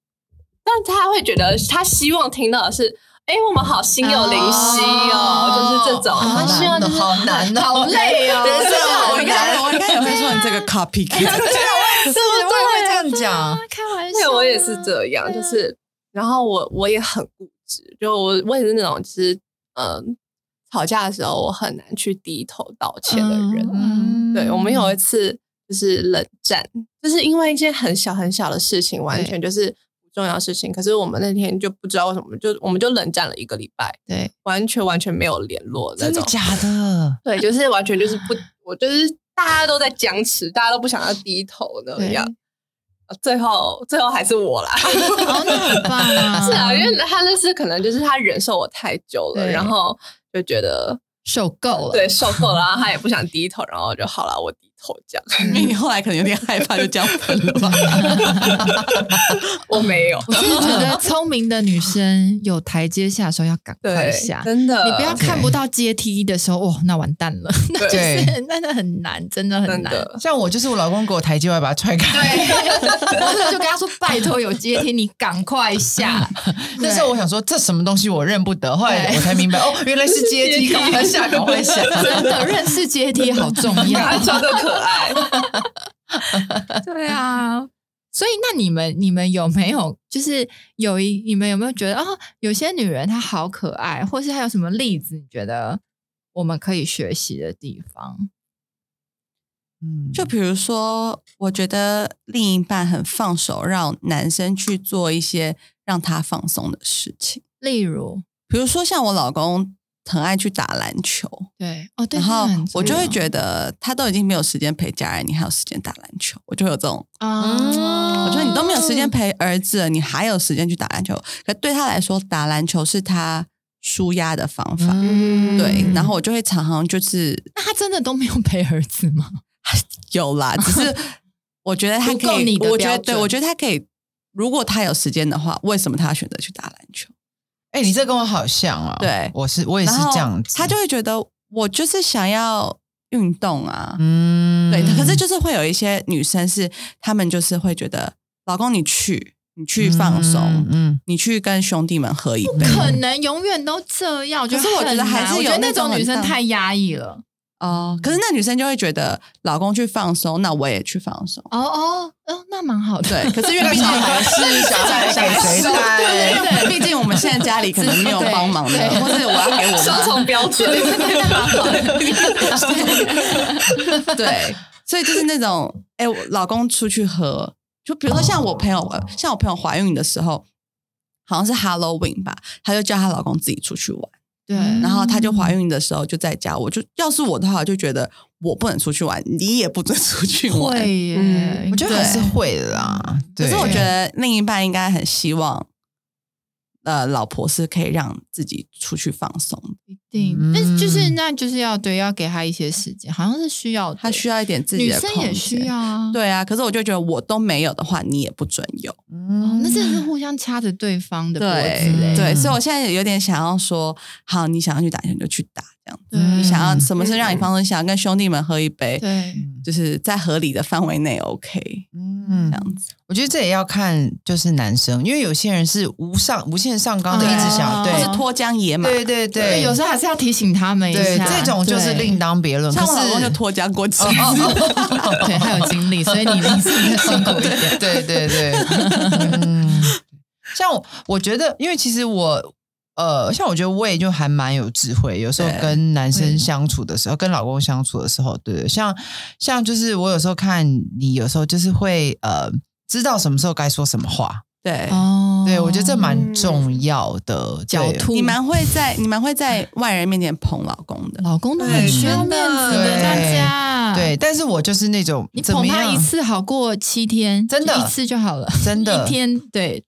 [SPEAKER 4] 但他会觉得他希望听到的是，哎、我们好心有灵犀
[SPEAKER 3] 哦
[SPEAKER 4] 哦，就是这种，
[SPEAKER 3] 好
[SPEAKER 4] 他
[SPEAKER 3] 难
[SPEAKER 4] 希望就是
[SPEAKER 2] 好难哦
[SPEAKER 4] 好累哦，
[SPEAKER 2] 人
[SPEAKER 4] 真
[SPEAKER 2] 生
[SPEAKER 4] 的
[SPEAKER 2] 好
[SPEAKER 1] 我应该
[SPEAKER 2] 难
[SPEAKER 3] 哦
[SPEAKER 1] 我应该也会说你这个
[SPEAKER 2] <laughs>
[SPEAKER 1] copycat，
[SPEAKER 2] 啊是不是会这样讲
[SPEAKER 3] 啊？，开玩笑啊，
[SPEAKER 4] 对我也是这样，就是，然后我我也很固执，就我我也是那种，就是嗯、吵架的时候我很难去低头道歉的人。
[SPEAKER 3] 嗯
[SPEAKER 4] 对我们有一次就是冷战，就是因为一件很小很小的事情，完全就是不重要的事情，可是我们那天就不知道为什么，就我们就冷战了一个礼拜，
[SPEAKER 3] 对，
[SPEAKER 4] 完全完全没有联络那
[SPEAKER 2] 真的
[SPEAKER 4] 种。
[SPEAKER 2] 假的？
[SPEAKER 4] 对，就是完全就是 <laughs> 不，我就是大家都在僵持，大家都不想要低头那
[SPEAKER 3] 对
[SPEAKER 4] 样。呃最后，最后还是我啦。
[SPEAKER 3] 哦，那很棒啊！
[SPEAKER 4] <laughs> 是啊，因为他那次可能就是他忍受我太久了，
[SPEAKER 3] 对
[SPEAKER 4] 然后就觉得
[SPEAKER 3] 受够了，
[SPEAKER 4] 对受够了，然后他也不想低头，然后就好了，我低头这样。
[SPEAKER 1] 因为你后来可能有点害怕，就这样喷了吧？
[SPEAKER 4] 我没有，
[SPEAKER 3] 我真的觉得聪明的女生有台阶下的时候要赶快
[SPEAKER 4] 对
[SPEAKER 3] 下，，
[SPEAKER 4] 真的，
[SPEAKER 3] 你不要看不到阶梯的时候，哇，那完蛋了， <laughs> 那就
[SPEAKER 2] 对
[SPEAKER 3] 是那那很难，真的很
[SPEAKER 4] 真
[SPEAKER 3] 难。 <laughs>
[SPEAKER 4] 的，
[SPEAKER 2] 像我就是我老公给我台阶，我要把他踹开。
[SPEAKER 3] 对，然后就跟他说：“拜托，有阶梯，你赶快
[SPEAKER 4] <laughs>
[SPEAKER 3] 下。
[SPEAKER 2] 那时候我想说，这什么东西我认不得，后来
[SPEAKER 3] 对
[SPEAKER 2] 我才明白，哦，原来是阶
[SPEAKER 3] <laughs>
[SPEAKER 2] 梯，赶快下，赶快
[SPEAKER 4] <laughs>
[SPEAKER 2] 下。”
[SPEAKER 3] 真的，认识阶梯好重
[SPEAKER 4] 他
[SPEAKER 3] 要。
[SPEAKER 4] 装的可爱， <laughs>
[SPEAKER 3] 对啊，所以那你们你们有没有就是有一你们有没有觉得哦，有些女人她好可爱，或是她有什么例子？你觉得我们可以学习的地方？
[SPEAKER 2] 嗯
[SPEAKER 1] 就比如说，我觉得另一半很放手，让男生去做一些让他放松的事情，
[SPEAKER 3] 例如，
[SPEAKER 1] 比如说像我老公很爱去打篮球，
[SPEAKER 3] 对哦，对，
[SPEAKER 1] 然后我就会
[SPEAKER 3] 得
[SPEAKER 1] 觉得他都已经没有时间陪家人，你还有时间打篮球，我就有这种，
[SPEAKER 3] 啊，
[SPEAKER 1] 嗯我觉得你都没有时间
[SPEAKER 3] 哦
[SPEAKER 1] 陪儿子了，你还有时间去打篮球，可对他来说，打篮球是他舒压的方法。
[SPEAKER 3] 嗯
[SPEAKER 1] 对，然后我就会常常就是
[SPEAKER 3] 那他真的都没有陪儿子吗？
[SPEAKER 1] 有
[SPEAKER 3] <laughs>
[SPEAKER 1] 啦，只是我觉得他
[SPEAKER 3] 不够
[SPEAKER 1] 可以，
[SPEAKER 3] 你的
[SPEAKER 1] 我觉得
[SPEAKER 3] 标准
[SPEAKER 1] 对，我觉得他可以。如果他有时间的话，为什么他选择去打篮球？
[SPEAKER 2] 哎、你这跟我好像啊、
[SPEAKER 1] 对
[SPEAKER 2] 我是我也是
[SPEAKER 1] 然后
[SPEAKER 2] 这样子，
[SPEAKER 1] 他就会觉得我就是想要运动啊。
[SPEAKER 2] 嗯，
[SPEAKER 1] 对，可是就是会有一些女生是，她们就是会觉得，老公你去，你去放松，
[SPEAKER 2] 嗯嗯
[SPEAKER 1] 你去跟兄弟们喝一杯。
[SPEAKER 3] 可能永远都这样，
[SPEAKER 1] 可是
[SPEAKER 3] 我
[SPEAKER 1] 我
[SPEAKER 3] 觉
[SPEAKER 1] 觉得
[SPEAKER 3] 很
[SPEAKER 1] 还
[SPEAKER 3] 难
[SPEAKER 1] 是
[SPEAKER 3] 我
[SPEAKER 1] 有
[SPEAKER 3] 觉得那
[SPEAKER 1] 那种
[SPEAKER 3] 种女
[SPEAKER 1] 很
[SPEAKER 3] 生
[SPEAKER 1] 大
[SPEAKER 3] 太压抑了。
[SPEAKER 1] 哦，可是那女生就会觉得，老公去放松，那我也去放
[SPEAKER 3] <laughs>
[SPEAKER 1] 松。
[SPEAKER 3] 哦哦哦，那蛮好的。
[SPEAKER 1] 对，可是因为
[SPEAKER 2] 但
[SPEAKER 1] 毕
[SPEAKER 2] 是
[SPEAKER 1] 竟
[SPEAKER 2] 小孩是小孩给谁带？
[SPEAKER 1] 因为毕竟我们现在家里可能没有帮忙的，
[SPEAKER 3] 对
[SPEAKER 1] 或是我要给我
[SPEAKER 3] <laughs>
[SPEAKER 4] 双
[SPEAKER 1] 妈
[SPEAKER 4] 重标准，
[SPEAKER 1] 对，所以就是那种，哎、我老公出去喝，就比如说像我朋友，像我朋友怀孕的时候，好像是 Halloween 吧，她就叫她老公自己出去玩，
[SPEAKER 3] 对，
[SPEAKER 1] 然后
[SPEAKER 3] 嗯
[SPEAKER 1] 她就怀孕的时候就在家，我就要是我的话，我就觉得我不能出去玩，你也不准出去玩。
[SPEAKER 3] 会耶、
[SPEAKER 4] 嗯
[SPEAKER 2] 我觉得还是
[SPEAKER 1] 对
[SPEAKER 2] 会的啦。
[SPEAKER 1] 可
[SPEAKER 2] 对
[SPEAKER 1] 是我觉得另一半应该很希望，呃，老婆是可以让自己出去放松的，
[SPEAKER 3] 一定，
[SPEAKER 2] 嗯
[SPEAKER 3] 但是就是那就是要对，要给他一些时间，好像是需要的，
[SPEAKER 1] 她需要一点自己
[SPEAKER 3] 女
[SPEAKER 1] 的
[SPEAKER 3] 生
[SPEAKER 1] 空
[SPEAKER 3] 也
[SPEAKER 1] 间。
[SPEAKER 3] 需要啊。
[SPEAKER 1] 对啊，可是我就觉得我都没有的话，你也不准有。
[SPEAKER 3] 哦
[SPEAKER 2] 嗯，
[SPEAKER 3] 那真的是互相掐着对方的脖
[SPEAKER 1] 对
[SPEAKER 3] 子嘞。
[SPEAKER 1] 对，
[SPEAKER 2] 嗯
[SPEAKER 1] 所以我现在有点想要说，好，你想要去打球你就去打，这样
[SPEAKER 3] 对
[SPEAKER 1] 你想要
[SPEAKER 2] 嗯
[SPEAKER 1] 什么是让你放松？想要跟兄弟们喝一杯，
[SPEAKER 3] 对
[SPEAKER 1] 就是在合理的范围内，OK，
[SPEAKER 3] <laughs>
[SPEAKER 2] 嗯
[SPEAKER 1] 这，样子。
[SPEAKER 2] 我觉得这也要看就是男生，因为有些人是无上无限上纲的，
[SPEAKER 3] 对
[SPEAKER 2] 一直想
[SPEAKER 1] 或是
[SPEAKER 2] 对
[SPEAKER 1] 脱缰野马，
[SPEAKER 2] 对对对，
[SPEAKER 3] 哦对，有时候还是要提醒他们一
[SPEAKER 2] 对
[SPEAKER 3] 下。
[SPEAKER 2] 这种就是
[SPEAKER 3] 对
[SPEAKER 2] 另当别论。
[SPEAKER 1] 像我
[SPEAKER 2] 可
[SPEAKER 1] 老
[SPEAKER 2] 是
[SPEAKER 1] 公就脱缰
[SPEAKER 3] 哦
[SPEAKER 1] 过几次，
[SPEAKER 3] 对，他有经历，所以你你是比较
[SPEAKER 2] <laughs>
[SPEAKER 3] 辛苦一点。
[SPEAKER 2] 对对
[SPEAKER 3] <laughs>
[SPEAKER 2] 对，嗯，像我我觉得，因为其实我呃，像我觉得我也就还蛮有智慧，有时候
[SPEAKER 1] 对
[SPEAKER 2] 跟男
[SPEAKER 3] 对嗯
[SPEAKER 2] 生相处的时候，跟老公相处的时候，对对，像像就是我有时候看你，有时候就是会呃。知道什么时候该说什么话，
[SPEAKER 1] <laughs> 对。
[SPEAKER 3] 哦
[SPEAKER 2] 对我觉得这蛮
[SPEAKER 4] 嗯
[SPEAKER 2] 重要的。
[SPEAKER 3] 狡
[SPEAKER 2] 对
[SPEAKER 3] 兔，
[SPEAKER 1] 你蛮会在你蛮会在外人面前捧老公的，
[SPEAKER 3] 老公都很
[SPEAKER 4] 对
[SPEAKER 3] 需要
[SPEAKER 4] 真
[SPEAKER 3] 面
[SPEAKER 4] 的
[SPEAKER 3] 子的，
[SPEAKER 2] 对
[SPEAKER 3] 大家。
[SPEAKER 2] 对，但是我就是那种
[SPEAKER 3] 啊你
[SPEAKER 2] 怎么
[SPEAKER 3] 捧他
[SPEAKER 2] 样
[SPEAKER 3] 一次好过七天，
[SPEAKER 2] 真的
[SPEAKER 3] 就一次就好了，
[SPEAKER 2] 真的
[SPEAKER 3] <laughs> 一天对。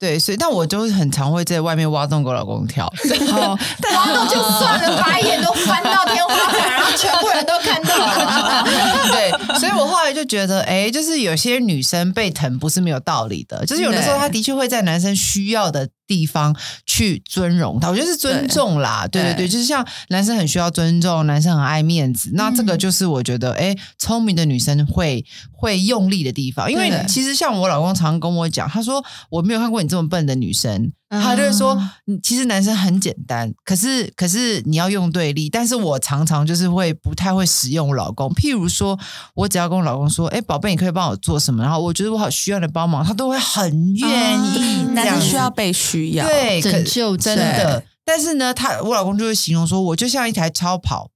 [SPEAKER 2] 对，所以但我就是很常会在外面挖洞给我老公跳。
[SPEAKER 3] 哦，挖洞就算了，把眼都翻到天花板，然后全部人都看到了。
[SPEAKER 2] <laughs> 对，所以我后来就觉得，哎，就是有些女生被疼不是没有道理的，就是有的时候
[SPEAKER 1] 对
[SPEAKER 2] 她的确会在男生需要的地方去尊容他，我觉得是尊重啦，对对
[SPEAKER 1] 对
[SPEAKER 2] 对，就是像男生很需要尊重，男生很爱面子，那这个
[SPEAKER 3] 嗯
[SPEAKER 2] 就是我觉得，哎，聪明的女生会会用力的地方，因为
[SPEAKER 3] 对
[SPEAKER 2] 其实像我老公常跟我讲，他说我没有看过你这么笨的女生，他就会说
[SPEAKER 3] 嗯，
[SPEAKER 2] 嗯其实男生很简单，可是可是你要用对力。但是我常常就是会不太会使用我老公，譬如说，我只要跟我老公说，哎、宝贝，你可以帮我做什么？然后我觉得我好需要你帮忙，他都会很愿意
[SPEAKER 3] 啊。
[SPEAKER 2] 这
[SPEAKER 1] 嗯男
[SPEAKER 2] 样
[SPEAKER 1] 生
[SPEAKER 2] 子
[SPEAKER 1] 需要被需要，
[SPEAKER 2] 对哎可
[SPEAKER 3] 拯救者
[SPEAKER 2] 真的，但是呢，他我老公就会形容说，我就像一台超跑。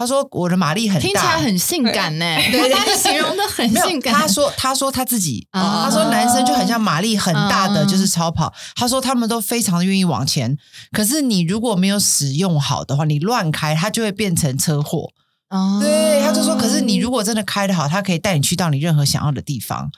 [SPEAKER 2] 他说我的马力很大，
[SPEAKER 3] 听起来很性感呢，
[SPEAKER 2] 对
[SPEAKER 3] 他形容的很
[SPEAKER 2] 没
[SPEAKER 3] 性
[SPEAKER 2] 有，
[SPEAKER 3] 感。
[SPEAKER 2] 他说他说他自己，
[SPEAKER 3] 啊
[SPEAKER 2] 他说男生就很像马力很大的
[SPEAKER 3] 嗯
[SPEAKER 2] 就是超跑，他说他们都非常愿意往前，可是你如果没有使用好的话，你乱开，它就会变成车祸。
[SPEAKER 3] 哦
[SPEAKER 2] 对，他就说，可是你如果真的开得好，它可以带你去到你任何想要的地方。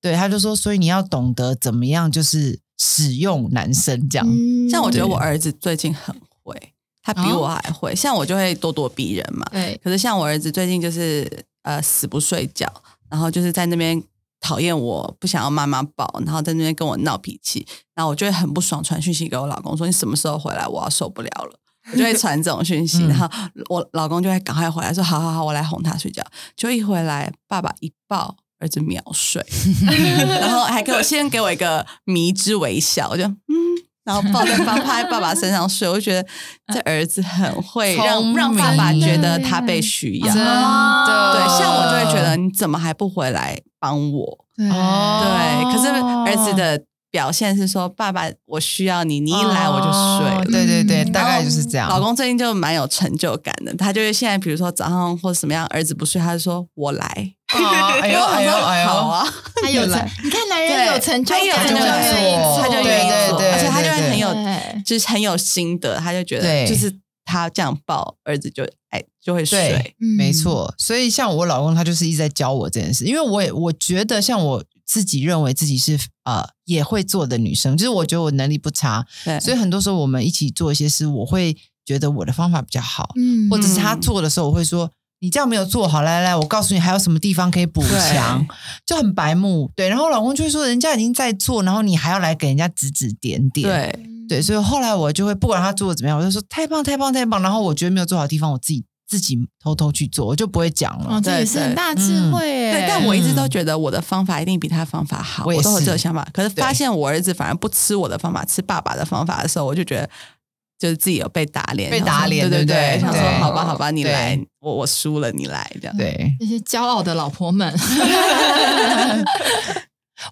[SPEAKER 2] 对，他就说，所以你要懂得怎么样就是使用男生这样。
[SPEAKER 3] 嗯
[SPEAKER 1] 像我觉得
[SPEAKER 2] 对
[SPEAKER 1] 我儿子最近很会，他比
[SPEAKER 3] 哦
[SPEAKER 1] 我还会，像我就会咄咄逼人嘛。
[SPEAKER 3] 对
[SPEAKER 1] 可是像我儿子最近就是呃死不睡觉，然后就是在那边讨厌我，不想要妈妈抱，然后在那边跟我闹脾气，然后我就会很不爽，传讯息给我老公说你什么时候回来，我要受不了了。我就会传这种讯息，
[SPEAKER 2] 嗯
[SPEAKER 1] 然后我老公就会赶快回来说：“好好好，我来哄他睡觉。”就一回来，爸爸一抱，儿子秒
[SPEAKER 2] <laughs>
[SPEAKER 1] 睡，然后还给我先给我一个迷之微笑，我就嗯，然后抱在爸趴在爸爸身上睡，我就觉得这儿子很会
[SPEAKER 2] 聪
[SPEAKER 1] 让
[SPEAKER 2] 明
[SPEAKER 1] 让爸爸觉得他被需要。
[SPEAKER 2] 真
[SPEAKER 1] 对，
[SPEAKER 2] 的，
[SPEAKER 1] 像我就会觉得你怎么还不回来帮我？
[SPEAKER 3] 对
[SPEAKER 2] 哦
[SPEAKER 1] 对，可是儿子的表现是说：“爸爸，我需要你，你一来我就睡了。
[SPEAKER 2] 哦对对对，
[SPEAKER 3] 嗯
[SPEAKER 2] 大概就是这样。
[SPEAKER 1] 老公最近就蛮有成就感的，他就是现在比如说早上或者什么样，儿子不睡，他就说我来。
[SPEAKER 2] 啊， <laughs> 哎呦
[SPEAKER 1] 然后我
[SPEAKER 2] 哎呦
[SPEAKER 1] 说
[SPEAKER 2] 哎呦，
[SPEAKER 1] <laughs> 好啊，
[SPEAKER 3] 他有
[SPEAKER 2] 原
[SPEAKER 3] 成
[SPEAKER 2] 来，
[SPEAKER 3] 你看男人有成就
[SPEAKER 1] 他
[SPEAKER 3] 感，
[SPEAKER 1] 也有成
[SPEAKER 2] 就
[SPEAKER 1] 就感，
[SPEAKER 2] 感
[SPEAKER 1] 所以
[SPEAKER 2] 做
[SPEAKER 1] 他
[SPEAKER 2] 对
[SPEAKER 1] 就愿意
[SPEAKER 2] 对
[SPEAKER 1] 做，
[SPEAKER 2] 对
[SPEAKER 1] 而且他就
[SPEAKER 2] 对
[SPEAKER 1] 会很有，
[SPEAKER 3] 对
[SPEAKER 1] 就是很有心得，他就觉得
[SPEAKER 2] 对
[SPEAKER 1] 就是他这样抱儿子就哎就会
[SPEAKER 2] 对
[SPEAKER 1] 睡，
[SPEAKER 3] 嗯
[SPEAKER 2] 没，错。所以像我老公，他就是一直在教我这件事，因为我也我觉得像我自己认为自己是呃也会做的女生，就是我觉得我能力不差，
[SPEAKER 1] 对，
[SPEAKER 2] 所以很多时候我们一起做一些事，我会觉得我的方法比较好，
[SPEAKER 3] 嗯，
[SPEAKER 2] 或者是他做的时候，我会说。你这样没有做好，来来来，我告诉你还有什么地方可以补强，就很白目。对，然后我老公就会说，人家已经在做，然后你还要来给人家指指点点。
[SPEAKER 1] 对
[SPEAKER 2] 对，所以后来我就会不管他做的怎么样，我就说太棒太棒太棒。然后我觉得没有做好的地方，我自己自己偷偷去做，我就不会讲了。
[SPEAKER 3] 哦，这也
[SPEAKER 1] 对
[SPEAKER 3] 是很
[SPEAKER 1] 对嗯
[SPEAKER 3] 大智慧
[SPEAKER 2] 嗯
[SPEAKER 3] 耶。
[SPEAKER 1] 对，但我一直都觉得我的方法一定比他方法好，
[SPEAKER 2] 我也
[SPEAKER 1] 我都有
[SPEAKER 2] 是
[SPEAKER 1] 这个想法。可是
[SPEAKER 2] 对
[SPEAKER 1] 发现我儿子反而不吃我的方法，吃爸爸的方法的时候，我就觉得就是自己有被打脸，
[SPEAKER 2] 被
[SPEAKER 1] 想说
[SPEAKER 2] 打脸
[SPEAKER 1] 对
[SPEAKER 2] 对
[SPEAKER 1] 对，
[SPEAKER 2] 不对
[SPEAKER 1] 想说
[SPEAKER 2] 对
[SPEAKER 1] 好吧好吧，你
[SPEAKER 2] 对
[SPEAKER 1] 来，我我输了，你来这样。
[SPEAKER 2] 对，
[SPEAKER 3] 那些骄傲的老
[SPEAKER 2] <laughs>
[SPEAKER 3] 婆们。 <laughs>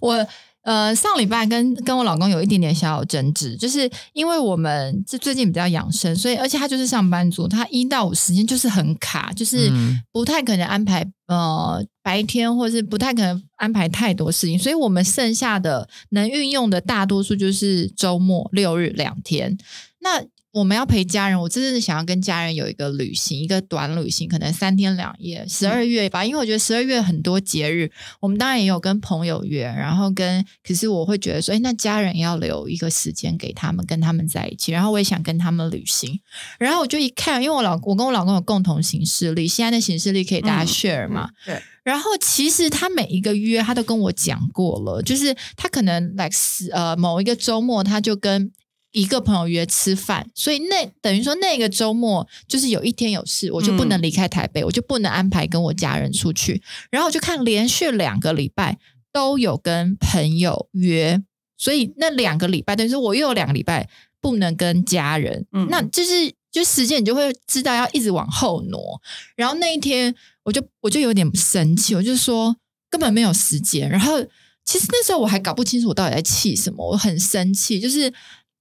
[SPEAKER 3] 我呃上礼拜跟跟我老公有一点点小小争执，就是因为我们这最近比较养生，所以而且他就是上班族，他一到五时间就是很卡，就是
[SPEAKER 2] 嗯
[SPEAKER 3] 不太可能安排呃白天，或是不太可能安排太多事情，所以我们剩下的能运用的大多数就是周末六日两天。那我们要陪家人，我真的是想要跟家人有一个旅行，一个短旅行，可能三天两夜，十二月吧，因为我觉得十二月很多节日，我们当然也有跟朋友约，然后跟，可是我会觉得说，哎，那家人要留一个时间给他们，跟他们在一起，然后我也想跟他们旅行，然后我就一看，因为我老我跟我老公有共同行事历，现在的行事历可以大家
[SPEAKER 1] 嗯
[SPEAKER 3] share 嘛，
[SPEAKER 1] 对。
[SPEAKER 3] 然后其实他每一个约，他都跟我讲过了，就是他可能 like 是呃某一个周末，他就跟一个朋友约吃饭，所以那等于说那个周末就是有一天有事，我就不
[SPEAKER 1] 嗯
[SPEAKER 3] 能离开台北，我就不能安排跟我家人出去。然后我就看连续两个礼拜都有跟朋友约，所以那两个礼拜等于说我又有两个礼拜不能跟家人，
[SPEAKER 1] 嗯
[SPEAKER 3] 那就是就时间你就会知道要一直往后挪。然后那一天我就我就有点生气，我就说根本没有时间。然后其实那时候我还搞不清楚我到底在气什么，我很生气，就是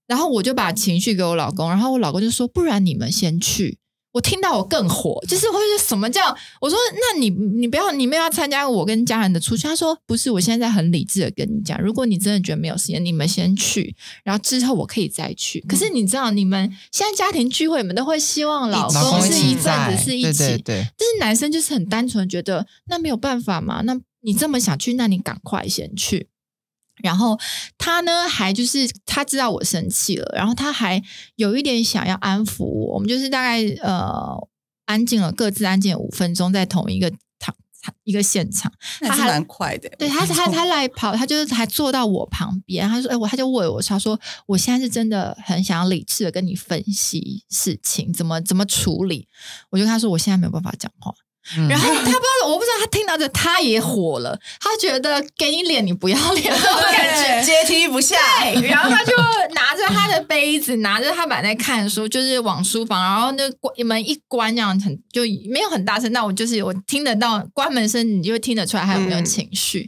[SPEAKER 3] 然后我就把情绪给我老公，然后我老公就说不然你们先去。我听到我
[SPEAKER 2] <laughs>
[SPEAKER 3] 更火，就是会觉得什么叫我说，那你你不要，你没有要参加我跟家人的出去。他说不是，我现在很理智的跟你讲，如果你真的觉得没有时间，你们先去，然后之后我可以再去。
[SPEAKER 2] 嗯
[SPEAKER 3] 可是你知道，你们现在家庭聚会，你们都会希望老
[SPEAKER 2] 老
[SPEAKER 3] 公
[SPEAKER 2] 公
[SPEAKER 3] 是
[SPEAKER 2] 一起
[SPEAKER 3] 一
[SPEAKER 2] 在
[SPEAKER 3] 阵子是一起，
[SPEAKER 2] 对对对，
[SPEAKER 3] 但是男生就是很单纯，觉得那没有办法嘛，那你这么想去，那你赶快先去。然后他呢，还就是他知道我生气了，然后他还有一点想要安抚我。我们就是大概呃安静了，各自安静了五分钟，在同一个场一个现场。
[SPEAKER 1] 那还是蛮快的。
[SPEAKER 3] 对他，他他来跑，他就是还坐到我旁边。他说：“哎、我他就握我手，他说我现在是真的很想要理智的跟你分析事情，怎么怎么处理。”我就跟他说：“我现在没有办法讲话。”
[SPEAKER 2] 嗯
[SPEAKER 3] 然后他不知道，我不知道他听到这，他也火了，他觉得给你脸你不要脸那种感觉。
[SPEAKER 2] 阶梯不下，
[SPEAKER 3] 对然后他就拿着他的杯子，拿着他本来在看书，就是往书房，然后那关门一关，这样很就没有很大声，但我就是我听得到关门声，你就会听得出来他有没有
[SPEAKER 4] 嗯
[SPEAKER 3] 情绪。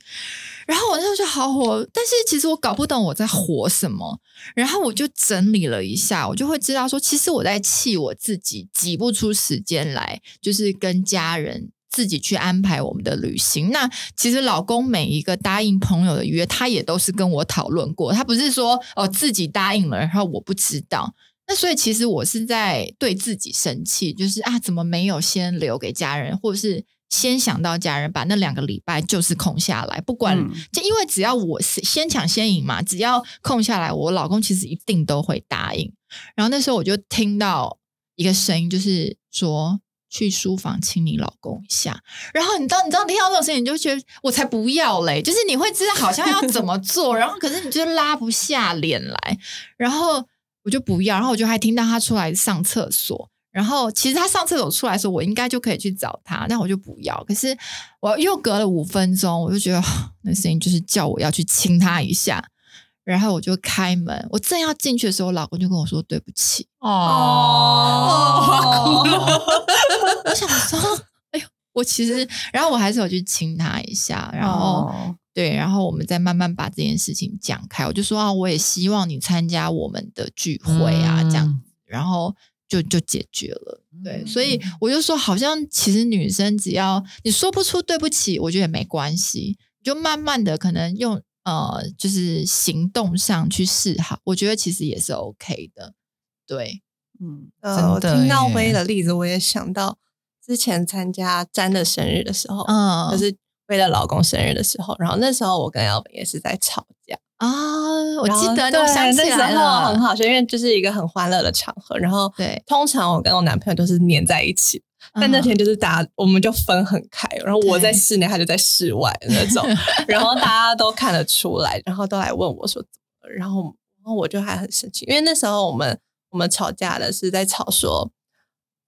[SPEAKER 3] 然后我那时候就好火，但是其实我搞不懂我在火什么。然后我就整理了一下，我就会知道说，其实我在气我自己挤不出时间来，就是跟家人自己去安排我们的旅行。那其实老公每一个答应朋友的约，他也都是跟我讨论过，他不是说哦自己答应了，然后我不知道。那所以其实我是在对自己生气，就是啊，怎么没有先留给家人，或者是先想到家人，把那两个礼拜就是空下来，不管、
[SPEAKER 1] 嗯
[SPEAKER 3] 就因为只要我是先抢先赢嘛，只要空下来，我老公其实一定都会答应。然后那时候我就听到一个声音，就是说去书房亲你老公一下。然后你当你当听到这种事情，你就觉得我才不要嘞，就是你会知道好像要怎么做，然后可是你就拉不下脸来，然后我就不要，然后我就还听到他出来上厕所。然后其实他上厕所出来的时候，我应该就可以去找他，那我就不要。可是我又隔了五分钟，我就觉得、哦那声音就是叫我要去亲他一下，然后我就开门。我正要进去的时候，我老公就跟我说对不起。
[SPEAKER 2] 哦，
[SPEAKER 3] 我想说， <laughs> 哎呦，我其实，然后我还是有去亲他一下，然后、对，然后我们再慢慢把这件事情讲开。我就说啊，我也希望你参加我们的聚会啊，
[SPEAKER 2] 嗯
[SPEAKER 3] 这样，然后就就解决了。对，所以
[SPEAKER 4] 嗯
[SPEAKER 3] 我就说，好像其实女生只要你说不出对不起，我觉得也没关系，你就慢慢的可能用呃，就是行动上去示好，我觉得其实也是 OK 的。对，
[SPEAKER 1] 嗯，
[SPEAKER 4] 呃，我
[SPEAKER 2] 真的
[SPEAKER 4] 听到
[SPEAKER 2] 耶
[SPEAKER 4] 薇的例子，我也想到之前参加詹的生日的时候，
[SPEAKER 3] 嗯，
[SPEAKER 4] 哦就是薇的老公生日的时候，然后那时候我跟 a l v i n 也是在吵架。
[SPEAKER 3] 啊、我记得，
[SPEAKER 4] 然
[SPEAKER 3] 我
[SPEAKER 4] 后
[SPEAKER 3] 想起
[SPEAKER 4] 啊对
[SPEAKER 3] 来
[SPEAKER 4] 那时候
[SPEAKER 3] 了，
[SPEAKER 4] 很好笑，因为就是一个很欢乐的场合。然后
[SPEAKER 3] 对
[SPEAKER 4] 通常我跟我男朋友都是黏在一起，但
[SPEAKER 3] 嗯
[SPEAKER 4] 那天就是大家我们就分很开，然后我在室内，他就在室外的那种，然后大家都看得出来，然后都来问我说怎么了，然后然后我就还很生气，因为那时候我们我们吵架的是在吵说，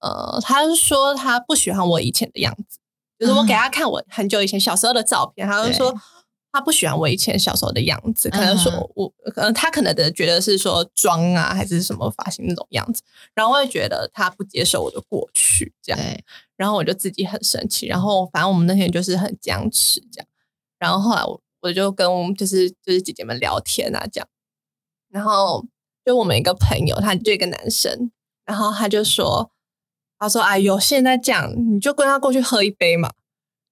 [SPEAKER 4] 呃，他是说他不喜欢我以前的样子，就是我给他看我很久以前小时候的照片，他就说。他不喜欢我以前小时候的样子，可能说
[SPEAKER 3] 嗯
[SPEAKER 4] 我，呃可能他可能的觉得是说妆啊，还是什么发型那种样子，然后我也觉得他不接受我的过去这样，
[SPEAKER 3] 对，
[SPEAKER 4] 然后我就自己很生气，然后反正我们那天就是很僵持这样，然后后来我我就跟我们就是就是姐姐们聊天啊这样，然后就我们一个朋友，他就一个男生，然后他就说，他说哎呦现在这样你就跟他过去喝一杯嘛，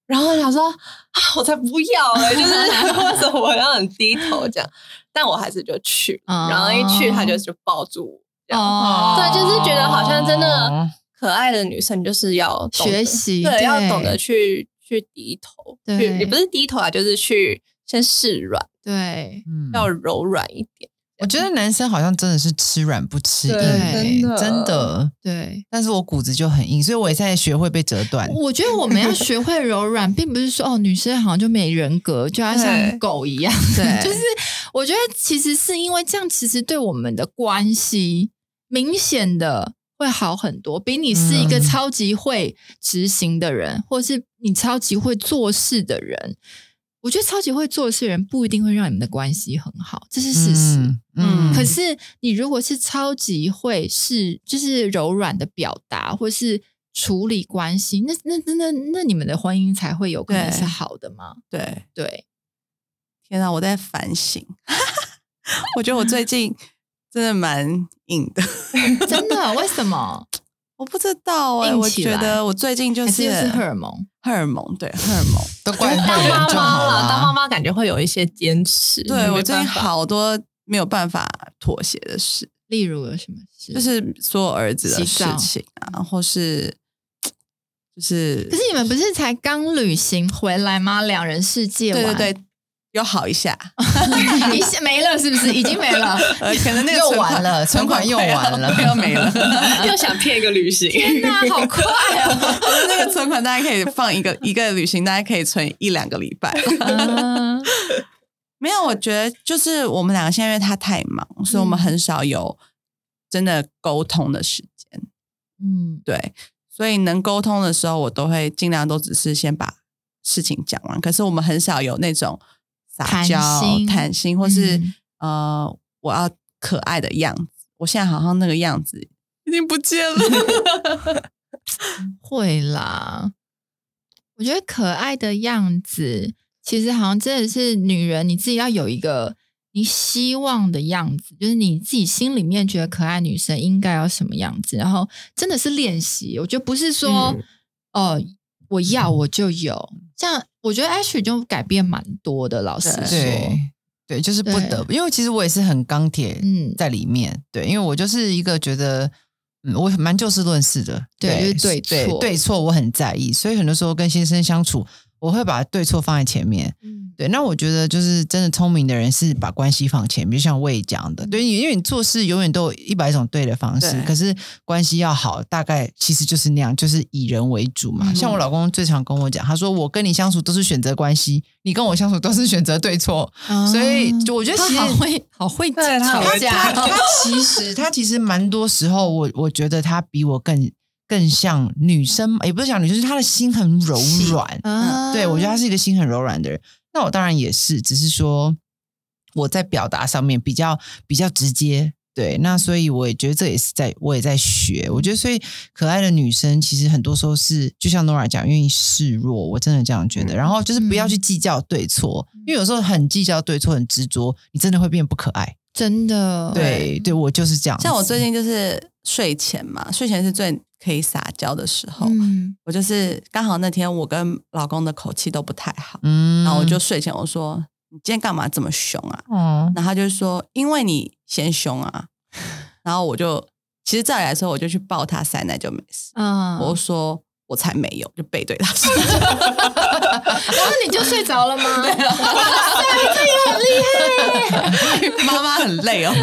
[SPEAKER 4] 然后我想说啊我才不要哎、就是 <laughs> 为什么我要很低头这样，但我还是就去，
[SPEAKER 3] 哦
[SPEAKER 4] 然后一去他就就抱住我这样。
[SPEAKER 3] 哦
[SPEAKER 4] 对，就是觉得好像真的可爱的女生就是要懂得
[SPEAKER 3] 学习
[SPEAKER 4] 对，
[SPEAKER 3] 对
[SPEAKER 4] 要懂得去去低头，
[SPEAKER 3] 对
[SPEAKER 4] 去也不是低头啊，就是去先示软，
[SPEAKER 3] 对，
[SPEAKER 2] 嗯
[SPEAKER 4] 要柔软一点。
[SPEAKER 2] 我觉得男生好像真的是吃软不吃硬，
[SPEAKER 3] 对
[SPEAKER 2] 欸
[SPEAKER 4] 真的
[SPEAKER 2] 真的。
[SPEAKER 3] 对，
[SPEAKER 2] 但是我骨子就很硬，所以我也在学会被折断。
[SPEAKER 3] 我觉得我们要学会柔软，并不是说哦，女生好像就没人格，就要像
[SPEAKER 4] 对
[SPEAKER 3] 狗一样。
[SPEAKER 2] 对
[SPEAKER 3] <laughs> 就是我觉得其实是因为这样，其实对我们的关系明显的会好很多，比你是一个
[SPEAKER 2] 嗯
[SPEAKER 3] 超级会执行的人，或是你超级会做事的人。我觉得超级会做事的人不一定会让你们的关系很好，这是事实。
[SPEAKER 2] 嗯嗯
[SPEAKER 3] 可是你如果是超级会是就是柔软的表达，或是处理关系，那那那那那你们的婚姻才会有可能是
[SPEAKER 1] 对
[SPEAKER 3] 好的嘛？
[SPEAKER 1] 对，
[SPEAKER 3] 对，
[SPEAKER 1] 天啊，我在反省， <laughs> 我觉得我最近真的蛮硬的，
[SPEAKER 3] 真的？为什么？
[SPEAKER 1] 我不知道哎、
[SPEAKER 3] 硬
[SPEAKER 1] 我
[SPEAKER 3] 起
[SPEAKER 1] 觉
[SPEAKER 3] 来
[SPEAKER 1] 得我最 <laughs> 近就
[SPEAKER 3] 还是
[SPEAKER 1] 是
[SPEAKER 3] 又是荷尔蒙？
[SPEAKER 1] 荷尔蒙，对荷尔蒙。
[SPEAKER 2] 都怪
[SPEAKER 4] 当
[SPEAKER 2] 那个
[SPEAKER 4] 妈
[SPEAKER 2] 人就
[SPEAKER 4] 妈
[SPEAKER 2] 好
[SPEAKER 4] 了，当妈
[SPEAKER 2] 啦。
[SPEAKER 4] 妈感觉会有一些坚持。
[SPEAKER 1] 对我
[SPEAKER 4] 没
[SPEAKER 1] 最近
[SPEAKER 4] 办法，
[SPEAKER 1] 好多没有办法妥协的事，
[SPEAKER 3] 例如有什么事？
[SPEAKER 1] 就，是所有儿子的
[SPEAKER 3] 洗
[SPEAKER 1] 事
[SPEAKER 3] 澡
[SPEAKER 1] 情啊，或是就是，
[SPEAKER 3] 可是你们不是才刚旅行回来吗？两人世界
[SPEAKER 1] 对
[SPEAKER 3] 玩，
[SPEAKER 1] 对对，有好一下，
[SPEAKER 3] <laughs> 对，一下没了是不是？已经没
[SPEAKER 1] <laughs>
[SPEAKER 3] 了。
[SPEAKER 1] 呃，可能那个
[SPEAKER 2] 又
[SPEAKER 1] 存款
[SPEAKER 2] 完了存款又
[SPEAKER 1] 快要
[SPEAKER 2] 完了
[SPEAKER 1] <laughs> 快要没了。
[SPEAKER 4] <laughs> 又想骗一个旅行，
[SPEAKER 3] 天哪，
[SPEAKER 4] <laughs>
[SPEAKER 3] 好
[SPEAKER 4] 哎
[SPEAKER 3] 快
[SPEAKER 1] <laughs>
[SPEAKER 3] 啊！
[SPEAKER 1] 我的那个存款大概可以放一个一个旅行，大概可以存一两个礼拜。 <laughs>
[SPEAKER 3] 嗯
[SPEAKER 1] 没有，我觉得就是我们两个现在因为他太忙，所以我们很少有真的沟通的时间。
[SPEAKER 3] 嗯，
[SPEAKER 1] 对，所以能沟通的时候，我都会尽量都只是先把事情讲完。可是我们很少有那种撒
[SPEAKER 3] 谈
[SPEAKER 1] 娇、
[SPEAKER 3] 心
[SPEAKER 1] 谈心，或是、
[SPEAKER 3] 嗯
[SPEAKER 1] 呃，我要可爱的样子。我现在好像那个样子已经不见了。
[SPEAKER 3] 会啦，我觉得可爱的样子，其实好像真的是女人你自己要有一个你希望的样子，就是你自己心里面觉得可爱女生应该要什么样子，然后真的是练习。我觉得不是说、哦，我要我就有，这样我觉得 Ashley 就改变蛮多的。老实说，
[SPEAKER 2] 对对，就是不得不，因为其实我也是很钢铁
[SPEAKER 3] 嗯，
[SPEAKER 2] 在里面。对，因为我就是一个觉得，嗯，我蛮就事论事的。
[SPEAKER 3] 对就是对
[SPEAKER 2] 对
[SPEAKER 3] 错
[SPEAKER 2] 对错，我很在意，所以很多时候跟先生相处，我会把对错放在前面。
[SPEAKER 3] 嗯
[SPEAKER 2] 对，那我觉得就是真的聪明的人是把关系放前面，就像魏讲
[SPEAKER 3] 嗯
[SPEAKER 2] 的，对，因为你做事永远都有一百种对的方式
[SPEAKER 1] 对，
[SPEAKER 2] 可是关系要好，大概其实就是那样，就是以人为主嘛。
[SPEAKER 3] 嗯
[SPEAKER 2] 像我老公最常跟我讲，他说我跟你相处都是选择关系，你跟我相处都是选择对错，所以就我觉得
[SPEAKER 3] 啊他
[SPEAKER 2] 其实
[SPEAKER 3] 好会 <laughs> 好会
[SPEAKER 4] 对他好
[SPEAKER 3] 吵
[SPEAKER 4] 会
[SPEAKER 3] 架
[SPEAKER 2] 他他
[SPEAKER 3] <laughs> 哦，
[SPEAKER 2] 他其实他其实蛮多时候，我我觉得他比我更更像女生，也不是讲女生，就是他的心很柔软。
[SPEAKER 3] 啊
[SPEAKER 2] 嗯对我觉得他是一个心很柔软的人。那我当然也是，只是说我在表达上面比较比较直接。对，那所以我也觉得这也是在我也在学。我觉得，所以可爱的女生其实很多时候是，就像 Nora 讲，愿意示弱，我真的这样觉得。然后就是不要去计较对错，因为有时候很计较对错，很执着，你真的会变不可爱。
[SPEAKER 3] 真的
[SPEAKER 2] 对对，我就是这样子。
[SPEAKER 1] 像我最近就是睡前嘛，睡前是最可以撒娇的时候。
[SPEAKER 3] 嗯
[SPEAKER 1] 我就是刚好那天我跟老公的口气都不太好，
[SPEAKER 2] 嗯
[SPEAKER 1] 然后我就睡前我说：“你今天干嘛这么凶啊？”
[SPEAKER 2] 哦，
[SPEAKER 1] 然后他就说：“因为你先凶啊。” <laughs> 然后我就其实照理来说，我就去抱他塞奶就没事。
[SPEAKER 2] 哦
[SPEAKER 3] 嗯，
[SPEAKER 1] 我就说：“我才没有，就背对他
[SPEAKER 3] <laughs>
[SPEAKER 1] 说。
[SPEAKER 3] 然后你就睡着
[SPEAKER 2] <laughs>
[SPEAKER 3] 了吗？
[SPEAKER 1] 妈妈很累，OK。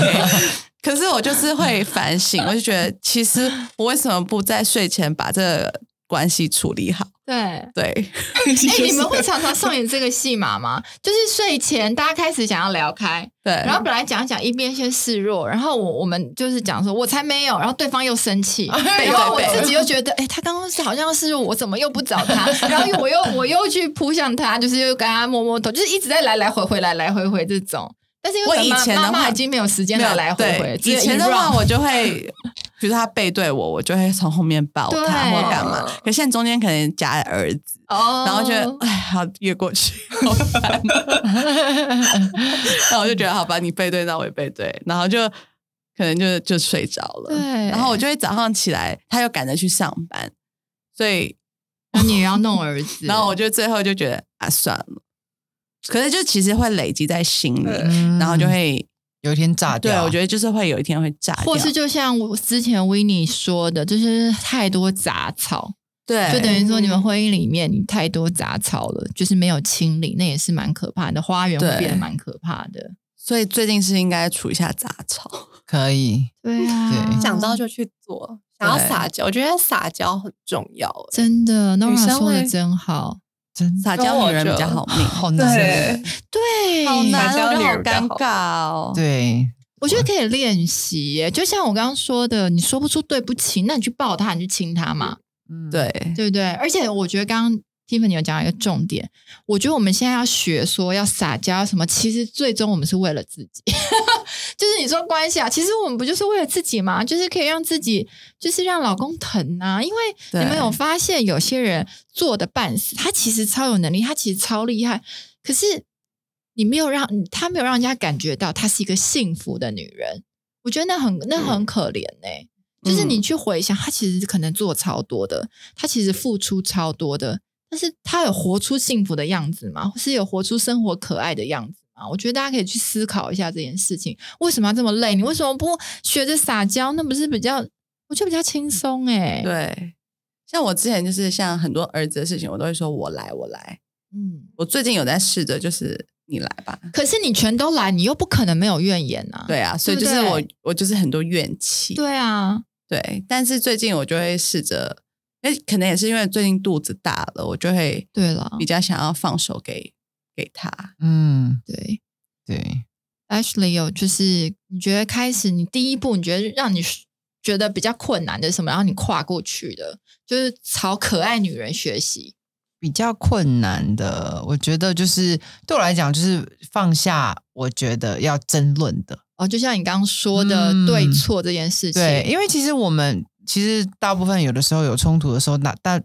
[SPEAKER 1] 可是我就是会反省，我就觉得其实我为什么不在睡前把这个关系处理好？ <laughs>
[SPEAKER 3] 对。
[SPEAKER 1] 对，
[SPEAKER 3] 哎、你
[SPEAKER 4] <laughs>
[SPEAKER 3] 们会常常上演
[SPEAKER 1] <laughs>
[SPEAKER 3] 这个戏码吗？就是睡前大家开始想要聊开，
[SPEAKER 1] 对，
[SPEAKER 3] 然后本来讲一讲，一边先示弱，然后我我们就是讲说，我才没有，然后对方又生气，
[SPEAKER 1] 背
[SPEAKER 3] 然后
[SPEAKER 1] 哎对
[SPEAKER 3] 我
[SPEAKER 1] 背，
[SPEAKER 3] 自己又觉得，哎、他刚刚是好像是我怎么又不找他，然后我又我又去扑向他，就是又跟他摸摸头，就是一直在来来回回来来回回这种。但是因为可能
[SPEAKER 1] 我
[SPEAKER 3] 妈
[SPEAKER 1] 以前的
[SPEAKER 3] 妈妈
[SPEAKER 1] 话
[SPEAKER 3] 已经没有时间
[SPEAKER 1] 没有
[SPEAKER 3] 来来回回
[SPEAKER 1] 对，
[SPEAKER 3] 只有
[SPEAKER 1] 以前的
[SPEAKER 3] 一 round
[SPEAKER 1] 话我就会。比如说他背对我，我就会从后面抱
[SPEAKER 3] 对
[SPEAKER 1] 他或干嘛。可现在中间可能夹儿子，
[SPEAKER 3] 哦，
[SPEAKER 1] 然后觉得哎，好越过去， <laughs> 好
[SPEAKER 3] <laughs>
[SPEAKER 1] 烦。然后我就觉得好吧，你背对，那我也背对，然后就可能就就睡着了。
[SPEAKER 3] 对，
[SPEAKER 1] 然后我就会早上起来，他又赶着去上班，所以
[SPEAKER 3] 然后你也要弄儿子，
[SPEAKER 1] <laughs> 然后我就最后就觉得啊算了，可是就其实会累积在心里，
[SPEAKER 2] 嗯
[SPEAKER 1] 然后就会
[SPEAKER 2] 有一天炸
[SPEAKER 1] 对
[SPEAKER 2] 掉。
[SPEAKER 1] 我觉得就是会有一天会炸掉，
[SPEAKER 3] 或是就像我之前 w i n n i e 说的，就是太多杂草，
[SPEAKER 1] 对
[SPEAKER 3] 就等于说
[SPEAKER 4] 嗯
[SPEAKER 3] 你们婚姻里面你太多杂草了，就是没有清理，那也是蛮可怕的，花园会
[SPEAKER 1] 对
[SPEAKER 3] 变得蛮可怕的。
[SPEAKER 1] 所以最近是应该除一下杂草，
[SPEAKER 2] 可以，
[SPEAKER 3] 对啊，
[SPEAKER 2] 对
[SPEAKER 4] 想到就去做，想要撒娇，我觉得撒娇很重要。欸
[SPEAKER 3] 真的
[SPEAKER 4] 女生
[SPEAKER 3] ，Nora 说的
[SPEAKER 4] 会
[SPEAKER 3] 真好，
[SPEAKER 2] 真
[SPEAKER 1] 撒娇女人比较好命，
[SPEAKER 2] 好难。，
[SPEAKER 3] 对，
[SPEAKER 1] 好难，
[SPEAKER 4] 撒娇
[SPEAKER 1] 我觉得
[SPEAKER 4] 女
[SPEAKER 1] 好
[SPEAKER 4] 人比较
[SPEAKER 1] 尴
[SPEAKER 4] 好
[SPEAKER 1] 尬哦。
[SPEAKER 2] 对，
[SPEAKER 3] 我觉得可以练习耶，就像我刚刚说的，你说不出对不起，那你去抱他，你去亲他嘛，
[SPEAKER 2] 嗯
[SPEAKER 1] 对
[SPEAKER 3] 对不对？而且我觉得刚刚 Tiffany 有讲到一个重点，我觉得我们现在要学说要撒娇什么，其实最终我们是为了自己， <laughs> 就是你说关系啊，其实我们不就是为了自己嘛，就是可以让自己，就是让老公疼啊，因为
[SPEAKER 1] 对
[SPEAKER 3] 你们有发现有些人做的半死，他其实超有能力，他其实超厉害，可是你没有让他没有让人家感觉到她是一个幸福的女人，我觉得那很那
[SPEAKER 1] 嗯
[SPEAKER 3] 很可怜呢、就是你去回想，她其实可能做超多的，她其实付出超多的，但是她有活出幸福的样子吗？或是有活出生活可爱的样子吗？我觉得大家可以去思考一下这件事情，为什么要这么累？你为什么不学着撒娇？那不是比较，我觉得比较轻松哎、，
[SPEAKER 1] 对，像我之前就是像很多儿子的事情，我都会说我来我来。
[SPEAKER 3] 嗯。
[SPEAKER 1] 我最近有在试着就是你来吧，
[SPEAKER 3] 可是你全都来，你又不可能没有怨言啊。
[SPEAKER 1] 对啊，所以
[SPEAKER 3] 对
[SPEAKER 1] 就
[SPEAKER 3] 不
[SPEAKER 1] 是
[SPEAKER 3] 对
[SPEAKER 1] 我我就是很多怨气，
[SPEAKER 3] 对啊，
[SPEAKER 1] 对，但是最近我就会试着，哎，可能也是因为最近肚子大了，我就会
[SPEAKER 3] 对了
[SPEAKER 1] 比较想要放手给给他。
[SPEAKER 2] 嗯，
[SPEAKER 3] 对，
[SPEAKER 2] 对，
[SPEAKER 3] Ashley 有就是你觉得开始你第一步，你觉得让你觉得比较困难的是什么，然后你跨过去的，就是朝可爱女人学习。
[SPEAKER 2] 比较困难的，我觉得就是对我来讲，就是放下，我觉得要争论的。
[SPEAKER 3] 哦，就像你刚刚说的
[SPEAKER 2] 嗯
[SPEAKER 3] 对错这件事情，
[SPEAKER 2] 对，因为其实我们其实大部分有的时候有冲突的时候，那但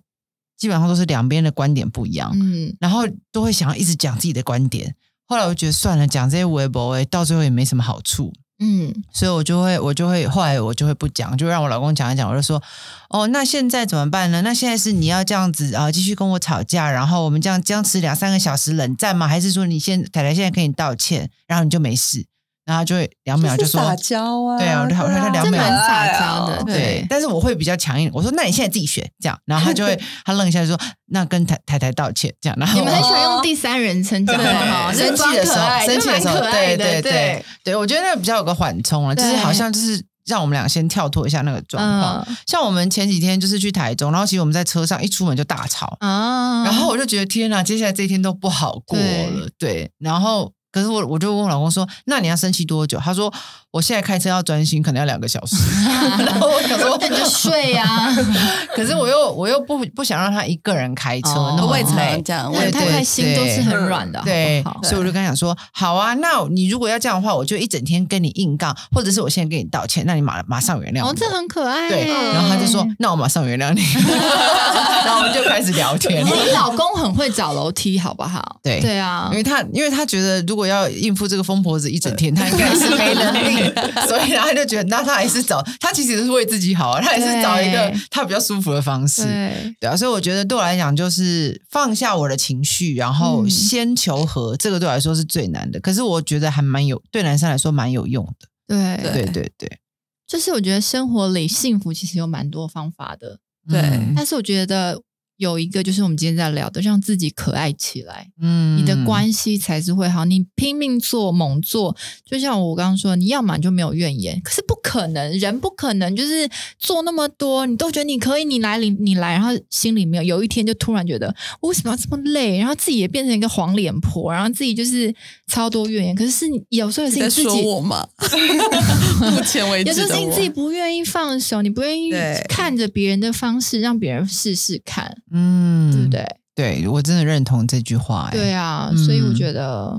[SPEAKER 2] 基本上都是两边的观点不一样，
[SPEAKER 3] 嗯，
[SPEAKER 2] 然后都会想要一直讲自己的观点。后来我觉得算了，讲这些微博哎，到最后也没什么好处，
[SPEAKER 3] 嗯
[SPEAKER 2] 所以我就会我就会后来我就会不讲，就让我老公讲一讲，我就说哦，那现在怎么办呢？那现在是你要这样子啊、继续跟我吵架，然后我们这样僵持两三个小时冷战吗？还是说你现太太现在跟你道歉，然后你就没事？然然后他就会两秒就说
[SPEAKER 1] 撒娇啊，
[SPEAKER 2] 对啊我就好
[SPEAKER 1] 对
[SPEAKER 2] 他就两
[SPEAKER 3] 这
[SPEAKER 2] 秒
[SPEAKER 3] 蛮撒
[SPEAKER 4] 啊
[SPEAKER 3] 娇
[SPEAKER 4] 哎
[SPEAKER 3] 的，
[SPEAKER 2] 哦对，但是我会比较强硬，我说那你现在自己学这样，然后他就会他愣一下就说那跟台台台道歉这样，然后
[SPEAKER 3] 你们很喜欢用第三人称讲话，
[SPEAKER 2] 对，生气的时候，生气的时候，对对对，对，我觉得那个比较有个缓冲了，就是
[SPEAKER 3] 对
[SPEAKER 2] 好像就是让我们俩先跳脱一下那个状况。
[SPEAKER 3] 嗯
[SPEAKER 2] 像我们前几天就是去台中，然后其实我们在车上一出门就大吵，
[SPEAKER 3] 啊，
[SPEAKER 2] 然后我就觉得天哪，接下来这一天都不好过了，对，然后。可是我我就问我老公说，那你要生气多久？他说我现在开车要专心，可能要两个小时。 <laughs> 然后我想
[SPEAKER 3] <laughs>
[SPEAKER 2] 说，
[SPEAKER 3] 那你就睡啊，
[SPEAKER 2] <laughs> 可是我又我又不不想让他一个人开车，
[SPEAKER 3] 哦
[SPEAKER 2] 那么
[SPEAKER 1] 我也常
[SPEAKER 2] 累
[SPEAKER 1] 常这样，我
[SPEAKER 3] 那
[SPEAKER 2] 对
[SPEAKER 1] 也
[SPEAKER 3] 你太太
[SPEAKER 2] 对
[SPEAKER 3] 心都是很软的，
[SPEAKER 2] 对
[SPEAKER 3] 好不，好
[SPEAKER 2] 所以我就跟他讲说，好啊，那你如果要这样的话，我就一整天跟你硬杠，或者是我现在跟你道歉，那你马马上原谅我。
[SPEAKER 3] 哦，这很可爱耶。
[SPEAKER 2] 对，然后他就说，那我马上原谅
[SPEAKER 3] <laughs>
[SPEAKER 2] 你，然后我们就开始聊天。
[SPEAKER 3] 哎你老公很会找楼梯，好不好？
[SPEAKER 2] 对
[SPEAKER 3] 对啊
[SPEAKER 2] 因，为他，因为他觉得如果要应付这个疯婆子一整天，他应该是没能力，所以他就觉得，那他还是找他其实是为自己好啊，他还是找一个
[SPEAKER 3] 对
[SPEAKER 2] 他比较舒服的方式。
[SPEAKER 3] 对，
[SPEAKER 2] 对啊，所以我觉得对我来讲，就是放下我的情绪，然后
[SPEAKER 3] 嗯
[SPEAKER 2] 先求和，这个对我来说是最难的。可是我觉得还蛮有，对男生来说蛮有用的。
[SPEAKER 3] 对，
[SPEAKER 2] 对对对，
[SPEAKER 3] 就是我觉得生活里幸福其实有蛮多方法的，
[SPEAKER 1] 对
[SPEAKER 2] 嗯
[SPEAKER 3] 但是我觉得有一个就是我们今天在聊的，让自己可爱起来，
[SPEAKER 2] 嗯
[SPEAKER 3] 你的关系才是会好。你拼命做、猛做，就像我刚刚说，你要么你就没有怨言，可是不可能，人不可能就是做那么多，你都觉得你可以，你来，你你来，然后心里没有，有一天就突然觉得我为什么要这么累，然后自己也变成一个黄脸婆，然后自己就是超多怨言。可是是你有时候也是
[SPEAKER 1] 你在
[SPEAKER 3] 你自
[SPEAKER 1] 说
[SPEAKER 3] 己。
[SPEAKER 1] 我吗？目前为
[SPEAKER 3] 有
[SPEAKER 1] 止
[SPEAKER 3] 时候
[SPEAKER 1] 的
[SPEAKER 3] 是你
[SPEAKER 1] 我
[SPEAKER 3] 自己不愿意放手，你不愿意
[SPEAKER 1] 对
[SPEAKER 3] 看着别人的方式，让别人试试看，
[SPEAKER 2] 嗯
[SPEAKER 3] 对不？对？
[SPEAKER 2] 对我真的认同这句话、欸。
[SPEAKER 3] 对啊，
[SPEAKER 2] 嗯
[SPEAKER 3] 所以我觉得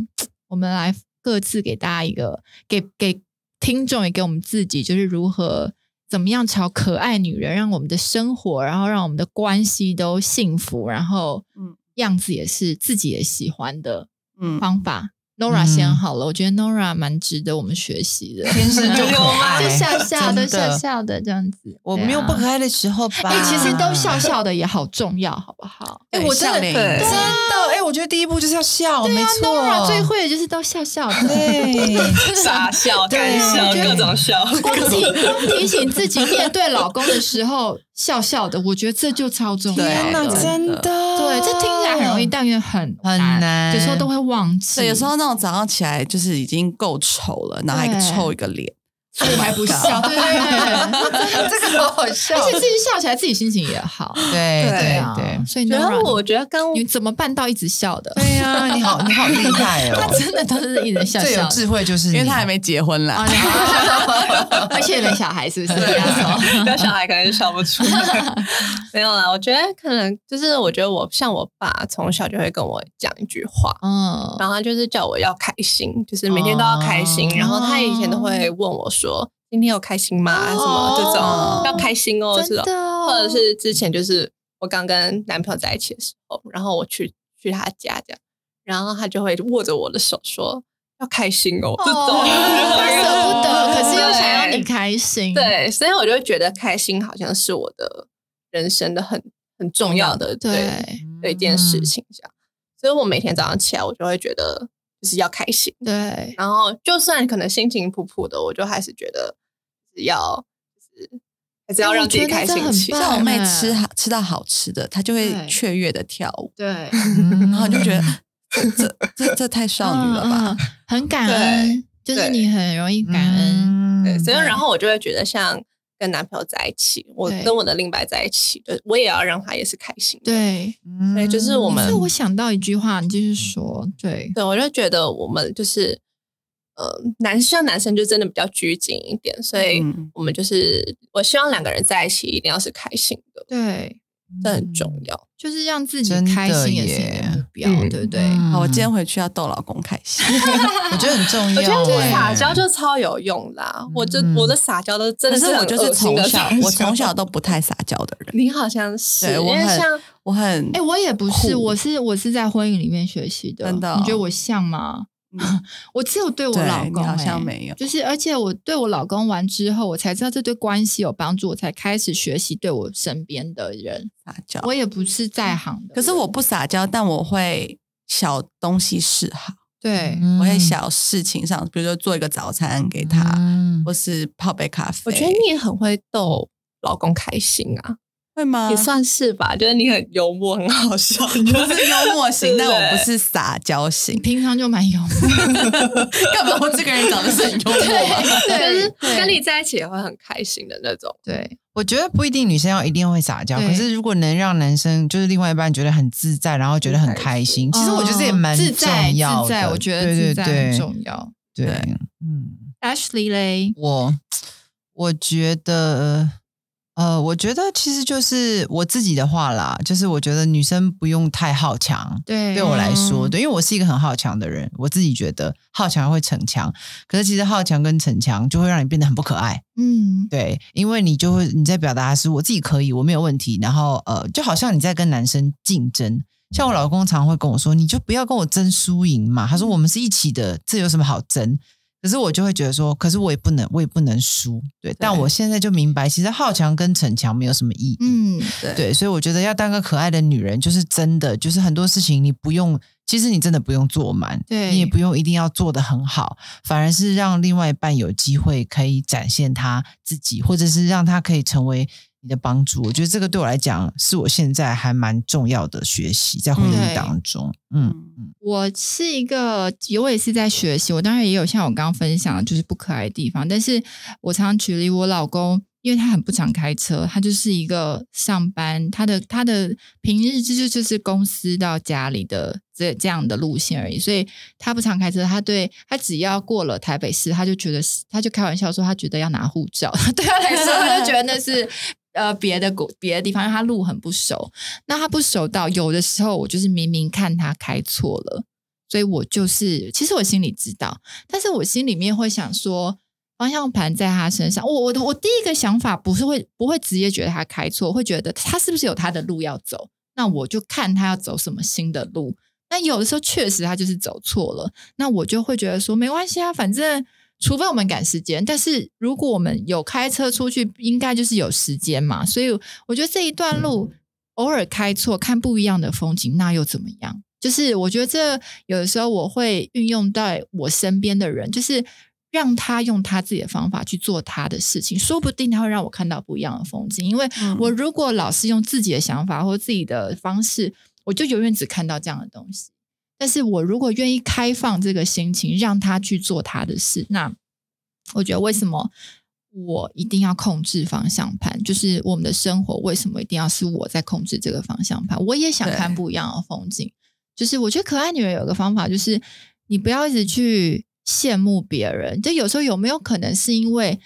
[SPEAKER 3] 我们来各自给大家一个，给给听众也给我们自己，就是如何怎么样朝可爱女人，让我们的生活，然后让我们的关系都幸福，然后
[SPEAKER 1] 嗯
[SPEAKER 3] 样子也是自己也喜欢的
[SPEAKER 1] 嗯，
[SPEAKER 3] 方法。Nora
[SPEAKER 2] 嗯
[SPEAKER 3] 先好了，我觉得 Nora 蛮值得我们学习的，
[SPEAKER 2] 哎天生就可爱，
[SPEAKER 3] <laughs> 就笑笑的
[SPEAKER 2] 哎真的
[SPEAKER 3] 笑笑的这样子。
[SPEAKER 2] 我没有
[SPEAKER 3] 对啊
[SPEAKER 2] 不可爱的时候吧？
[SPEAKER 3] 哎、其实都笑笑的也好重要，好不好？
[SPEAKER 2] 哎、我真的
[SPEAKER 1] 笑脸
[SPEAKER 2] 真
[SPEAKER 1] 对
[SPEAKER 4] <laughs>
[SPEAKER 2] 的哎、我觉得第一步就是要笑，没错，
[SPEAKER 3] 啊 Nora 最会的就是都笑
[SPEAKER 2] <laughs>
[SPEAKER 3] 笑的。 <laughs>
[SPEAKER 2] 对。
[SPEAKER 5] 傻笑、干
[SPEAKER 4] 啊
[SPEAKER 5] 笑、各种笑，
[SPEAKER 3] 光
[SPEAKER 4] <laughs>
[SPEAKER 3] 提光提醒自己面对老公的时候笑笑的，我觉得这就超重要
[SPEAKER 2] 天哪，
[SPEAKER 3] 的。
[SPEAKER 2] 真的，
[SPEAKER 3] 对，这听起来很容易，但也很
[SPEAKER 2] 很难
[SPEAKER 3] 有时候都会忘记。
[SPEAKER 1] 对，有时候那种早上起来就是已经够丑了，然后还
[SPEAKER 3] 对
[SPEAKER 1] 臭一个脸，
[SPEAKER 3] 所以还不 <laughs> 笑，对对
[SPEAKER 2] <laughs>
[SPEAKER 3] 对，
[SPEAKER 2] 这个好好笑
[SPEAKER 3] <laughs> 而且自己笑起来，自己心情也好。
[SPEAKER 2] 对
[SPEAKER 4] 对
[SPEAKER 2] 对
[SPEAKER 3] 啊
[SPEAKER 2] 对，
[SPEAKER 3] 所以
[SPEAKER 4] 然后
[SPEAKER 3] Nora，
[SPEAKER 4] 我觉得刚
[SPEAKER 3] 你怎么办到一直笑的？
[SPEAKER 2] 对呀，你好，你好厉害
[SPEAKER 3] 他
[SPEAKER 2] 哦！
[SPEAKER 3] 真的都是一直笑
[SPEAKER 2] 最有
[SPEAKER 3] 笑的，
[SPEAKER 2] 智慧就是你，
[SPEAKER 1] 因为他还没结婚啦。
[SPEAKER 3] 啊 <laughs> 而且没小孩，是 <laughs> 不是？
[SPEAKER 5] 对
[SPEAKER 4] <laughs>
[SPEAKER 3] 要
[SPEAKER 4] 啊
[SPEAKER 3] 说
[SPEAKER 5] 那小孩可能就笑不出来。
[SPEAKER 4] 没有啦，我觉得可能就是我觉得我像我爸从小就会跟我讲一句话，
[SPEAKER 3] 嗯，
[SPEAKER 4] 然后他就是叫我要开心，就是每天都要开心。
[SPEAKER 2] 哦
[SPEAKER 4] 然后他以前都会问我说：“今天有开心吗？”什么这
[SPEAKER 3] 哦
[SPEAKER 4] 种要开心哦，这
[SPEAKER 3] 真
[SPEAKER 4] 种
[SPEAKER 3] 的哦，
[SPEAKER 4] 或者是之前就是我刚跟男朋友在一起的时候，然后我去去他家这样，然后他就会握着我的手说：“要开心哦。”这 <laughs> 种
[SPEAKER 3] 哦舍不得，可是又想要你
[SPEAKER 4] 对
[SPEAKER 3] 开心，
[SPEAKER 4] 对，所以我就会觉得开心好像是我的人生的很很重要的对
[SPEAKER 3] 对
[SPEAKER 4] 的一件
[SPEAKER 2] 嗯
[SPEAKER 4] 事情，这样。所以我每天早上起来，我就会觉得就是要开心，
[SPEAKER 3] 对，
[SPEAKER 4] 然后就算可能心情普普的，我就还是觉得就是要就是还是要
[SPEAKER 3] 哎
[SPEAKER 4] 让
[SPEAKER 3] 我
[SPEAKER 4] 自己
[SPEAKER 3] 觉得
[SPEAKER 4] 开
[SPEAKER 3] 这
[SPEAKER 4] 心
[SPEAKER 3] 很
[SPEAKER 4] 起来。
[SPEAKER 1] 像我妹
[SPEAKER 3] 嗯
[SPEAKER 1] 吃好吃到好吃的，她就会
[SPEAKER 3] 对
[SPEAKER 1] 雀跃的跳舞，
[SPEAKER 3] 对，
[SPEAKER 2] 嗯，
[SPEAKER 1] 然后你就觉得
[SPEAKER 2] 嗯
[SPEAKER 1] 这这这这太少女了吧？
[SPEAKER 3] 嗯，
[SPEAKER 1] 嗯
[SPEAKER 3] 嗯很感恩，就是
[SPEAKER 4] 对
[SPEAKER 3] 你很容
[SPEAKER 2] 嗯
[SPEAKER 3] 易感恩，，
[SPEAKER 4] 对，所以
[SPEAKER 3] 对
[SPEAKER 4] 然后我就会觉得，像跟男朋友在一起，我
[SPEAKER 3] 对
[SPEAKER 4] 跟我的另一半在一起，就我也要让他也是开心的。
[SPEAKER 3] 对。
[SPEAKER 2] 嗯
[SPEAKER 4] 对就是我们
[SPEAKER 3] 所以我想到一句话，你就是说，
[SPEAKER 1] 嗯
[SPEAKER 3] 对，
[SPEAKER 4] 对，我就觉得我们就是，呃，男像男生就真的比较拘谨一点，所以
[SPEAKER 1] 嗯
[SPEAKER 4] 我们就是，我希望两个人在一起一定要是开心的，
[SPEAKER 3] 对，
[SPEAKER 4] 这很重要。
[SPEAKER 3] 就是让自己
[SPEAKER 2] 真的
[SPEAKER 3] 开心也是你
[SPEAKER 2] 耶
[SPEAKER 3] 的目标，
[SPEAKER 4] 嗯
[SPEAKER 3] 对不对？
[SPEAKER 1] 好，我今天回去要逗老公开心。
[SPEAKER 2] 我觉得很重要，
[SPEAKER 4] 我觉得就是撒娇
[SPEAKER 2] 哎
[SPEAKER 4] 就超有用啦，我就
[SPEAKER 2] 嗯
[SPEAKER 4] 我的撒娇都
[SPEAKER 1] <laughs>
[SPEAKER 4] 真
[SPEAKER 1] 欸可
[SPEAKER 4] 的
[SPEAKER 1] 是我
[SPEAKER 4] 很
[SPEAKER 1] 就是
[SPEAKER 4] 恶心
[SPEAKER 1] 从
[SPEAKER 4] 的
[SPEAKER 1] 小
[SPEAKER 4] 撒娇，
[SPEAKER 1] 我从小都不太撒娇的人，
[SPEAKER 4] 你好像是，
[SPEAKER 1] 对我
[SPEAKER 4] 因为
[SPEAKER 1] 很
[SPEAKER 4] 像
[SPEAKER 1] 我很
[SPEAKER 3] 哎，我也不是，
[SPEAKER 1] 酷
[SPEAKER 3] 我是我是在婚姻里面学习的，
[SPEAKER 1] 真的哦
[SPEAKER 3] 你觉得我像吗？
[SPEAKER 1] 嗯
[SPEAKER 3] <laughs> 我只有对我
[SPEAKER 1] 对
[SPEAKER 3] 老
[SPEAKER 1] 你
[SPEAKER 3] 公、
[SPEAKER 1] 好像
[SPEAKER 3] 哎
[SPEAKER 1] 没有
[SPEAKER 3] 就是而且我对我老公完之后，我才知道这对关系有帮助，我才开始学习对我身边的人。
[SPEAKER 1] 撒娇，
[SPEAKER 3] 我也不是在行的人，
[SPEAKER 1] 可是我不撒娇，但我会小东西示好，
[SPEAKER 2] 对，
[SPEAKER 1] 我
[SPEAKER 4] 嗯
[SPEAKER 1] 会小事情上，比如说做一个早餐给他，
[SPEAKER 2] 嗯
[SPEAKER 1] 或是泡杯咖啡。
[SPEAKER 4] 我觉得你也很会逗老公开心啊，
[SPEAKER 1] 会吗？
[SPEAKER 4] 也算是吧。觉得你很幽默，很
[SPEAKER 1] <laughs>
[SPEAKER 4] 好笑，
[SPEAKER 1] 我是幽默型，
[SPEAKER 4] 对
[SPEAKER 1] 但
[SPEAKER 4] 对
[SPEAKER 1] 我不是撒娇型
[SPEAKER 3] 你。平常就蛮幽默
[SPEAKER 2] <laughs>
[SPEAKER 1] <laughs> 干嘛？我这个人长得是很幽默啊吗？
[SPEAKER 4] <laughs> 对，就是
[SPEAKER 3] 对
[SPEAKER 4] 跟你在一起也会很开心的那种。
[SPEAKER 3] 对，
[SPEAKER 2] 我觉得不一定女生要一定会撒娇，
[SPEAKER 3] 对
[SPEAKER 2] 可是如果能让男生就是另外一半觉得很自在，然后觉得很开心，其实我觉得这也蛮
[SPEAKER 3] 嗯哦自在
[SPEAKER 2] 重要的。
[SPEAKER 3] 自在，我觉得
[SPEAKER 2] 对
[SPEAKER 3] 自
[SPEAKER 2] 对
[SPEAKER 3] 在
[SPEAKER 2] 对
[SPEAKER 3] 很重要。
[SPEAKER 2] 对
[SPEAKER 1] 对，
[SPEAKER 2] 嗯，
[SPEAKER 3] Ashley 嘞，
[SPEAKER 2] 我我觉得，呃，我觉得其实就是我自己的话啦，就是我觉得女生不用太好强，
[SPEAKER 3] 对
[SPEAKER 2] 对我来说，
[SPEAKER 1] 嗯
[SPEAKER 2] 对，因为我是一个很好强的人，我自己觉得好强会逞强，可是其实好强跟逞强就会让你变得很不可爱。
[SPEAKER 3] 嗯，
[SPEAKER 2] 对，因为你就会你在表达的是我自己可以，我没有问题。然后呃，就好像你在跟男生竞争，像我老公常会跟我说，你就不要跟我争输赢嘛。他说我们是一起的，这有什么好争？可是我就会觉得说，可是我也不能，我也不能输。对，但我现在就明白，其实好强跟逞强没有什么意义。
[SPEAKER 3] 嗯，
[SPEAKER 2] 对，所以我觉得要当个可爱的女人，就是真的，就是很多事情你不用，其实你真的不用做满，
[SPEAKER 3] 对
[SPEAKER 2] 你也不用一定要做得很好，反而是让另外一半有机会可以展现他自己，或者是让他可以成为你的帮助。我觉得这个对我来讲，是我现在还蛮重要的学习，在婚
[SPEAKER 3] 嗯
[SPEAKER 2] 姻当中，嗯
[SPEAKER 3] 我是一个，我也是在学习。我当然也有像我刚刚分享的，就是不可爱的地方。但是我常常举例，我老公因为他很不常开车，他就是一个上班，他的他的平日就是就是公司到家里的这这样的路线而已。所以他不常开车，他对他只要过了台北市，他就觉得是他就开玩笑说，他觉得要拿护照。 <laughs> 对他来说，他就觉得那是。呃，别的国别的地方，因为他路很不熟，那他不熟到有的时候，我就是明明看他开错了，所以我就是其实我心里知道，但是我心里面会想说，方向盘在他身上，我我的我第一个想法不是会不会直接觉得他开错，会觉得他是不是有他的路要走，那我就看他要走什么新的路。那有的时候确实他就是走错了，那我就会觉得说没关系啊，反正。除非我们赶时间，但是如果我们有开车出去，应该就是有时间嘛。所以我觉得这一段路偶尔开错，看不一样的风景，那又怎么样？就是我觉得这有的时候我会运用在我身边的人，就是让他用他自己的方法去做他的事情，说不定他会让我看到不一样的风景。因为
[SPEAKER 1] 嗯
[SPEAKER 3] 我如果老是用自己的想法或自己的方式，我就永远只看到这样的东西。但是我如果愿意开放这个心情，让他去做他的事，那我觉得为什么我一定要控制方向盘？就是我们的生活为什么一定要是我在控制这个方向盘？我也想
[SPEAKER 1] 对
[SPEAKER 3] 看不一样的风景。就是我觉得可爱女人有个方法，就是你不要一直去羡慕别人。就有时候有没有可能是因为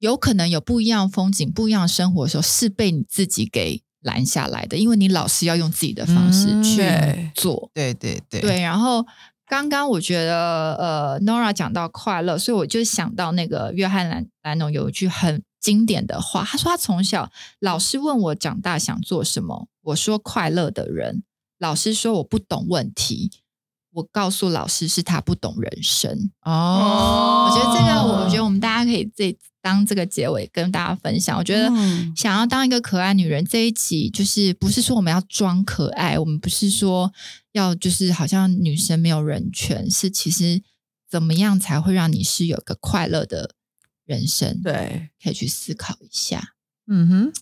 [SPEAKER 3] 有可能有不一样的风景、不一样的生活的时候，是被你自己给拦下来的，因为你老是要用自己的方式
[SPEAKER 2] 嗯
[SPEAKER 3] 去
[SPEAKER 1] 对
[SPEAKER 3] 做。
[SPEAKER 2] 对对对，
[SPEAKER 3] 对，然后刚刚我觉得呃，Nora 讲到快乐，所以我就想到那个约翰兰兰农有一句很经典的话，他说他从小老师问我长大想做什么，我说快乐的人，老师说我不懂问题。我告诉老师是他不懂人生，
[SPEAKER 2] 哦，
[SPEAKER 3] 我觉得这个，我觉得我们大家可以这当这个结尾跟大家分享。我觉得
[SPEAKER 1] 嗯
[SPEAKER 3] 想要当一个可爱女人这一集，就是不是说我们要装可爱，我们不是说要就是好像女生没有人权，是其实怎么样才会让你是有个快乐的人生？，
[SPEAKER 1] 对，
[SPEAKER 3] 可以去思考一下。
[SPEAKER 2] 嗯哼。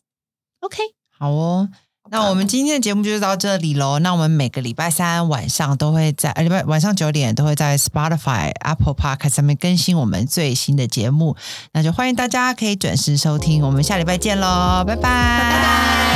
[SPEAKER 3] OK，
[SPEAKER 2] 好哦，那我们今天的节目就是到这里喽。那我们每个礼拜三晚上都会在，呃礼拜晚上九点都会在 Spotify、Apple Park 上面更新我们最新的节目。那就欢迎大家可以准时收听，我们下礼拜见喽，拜拜，拜拜。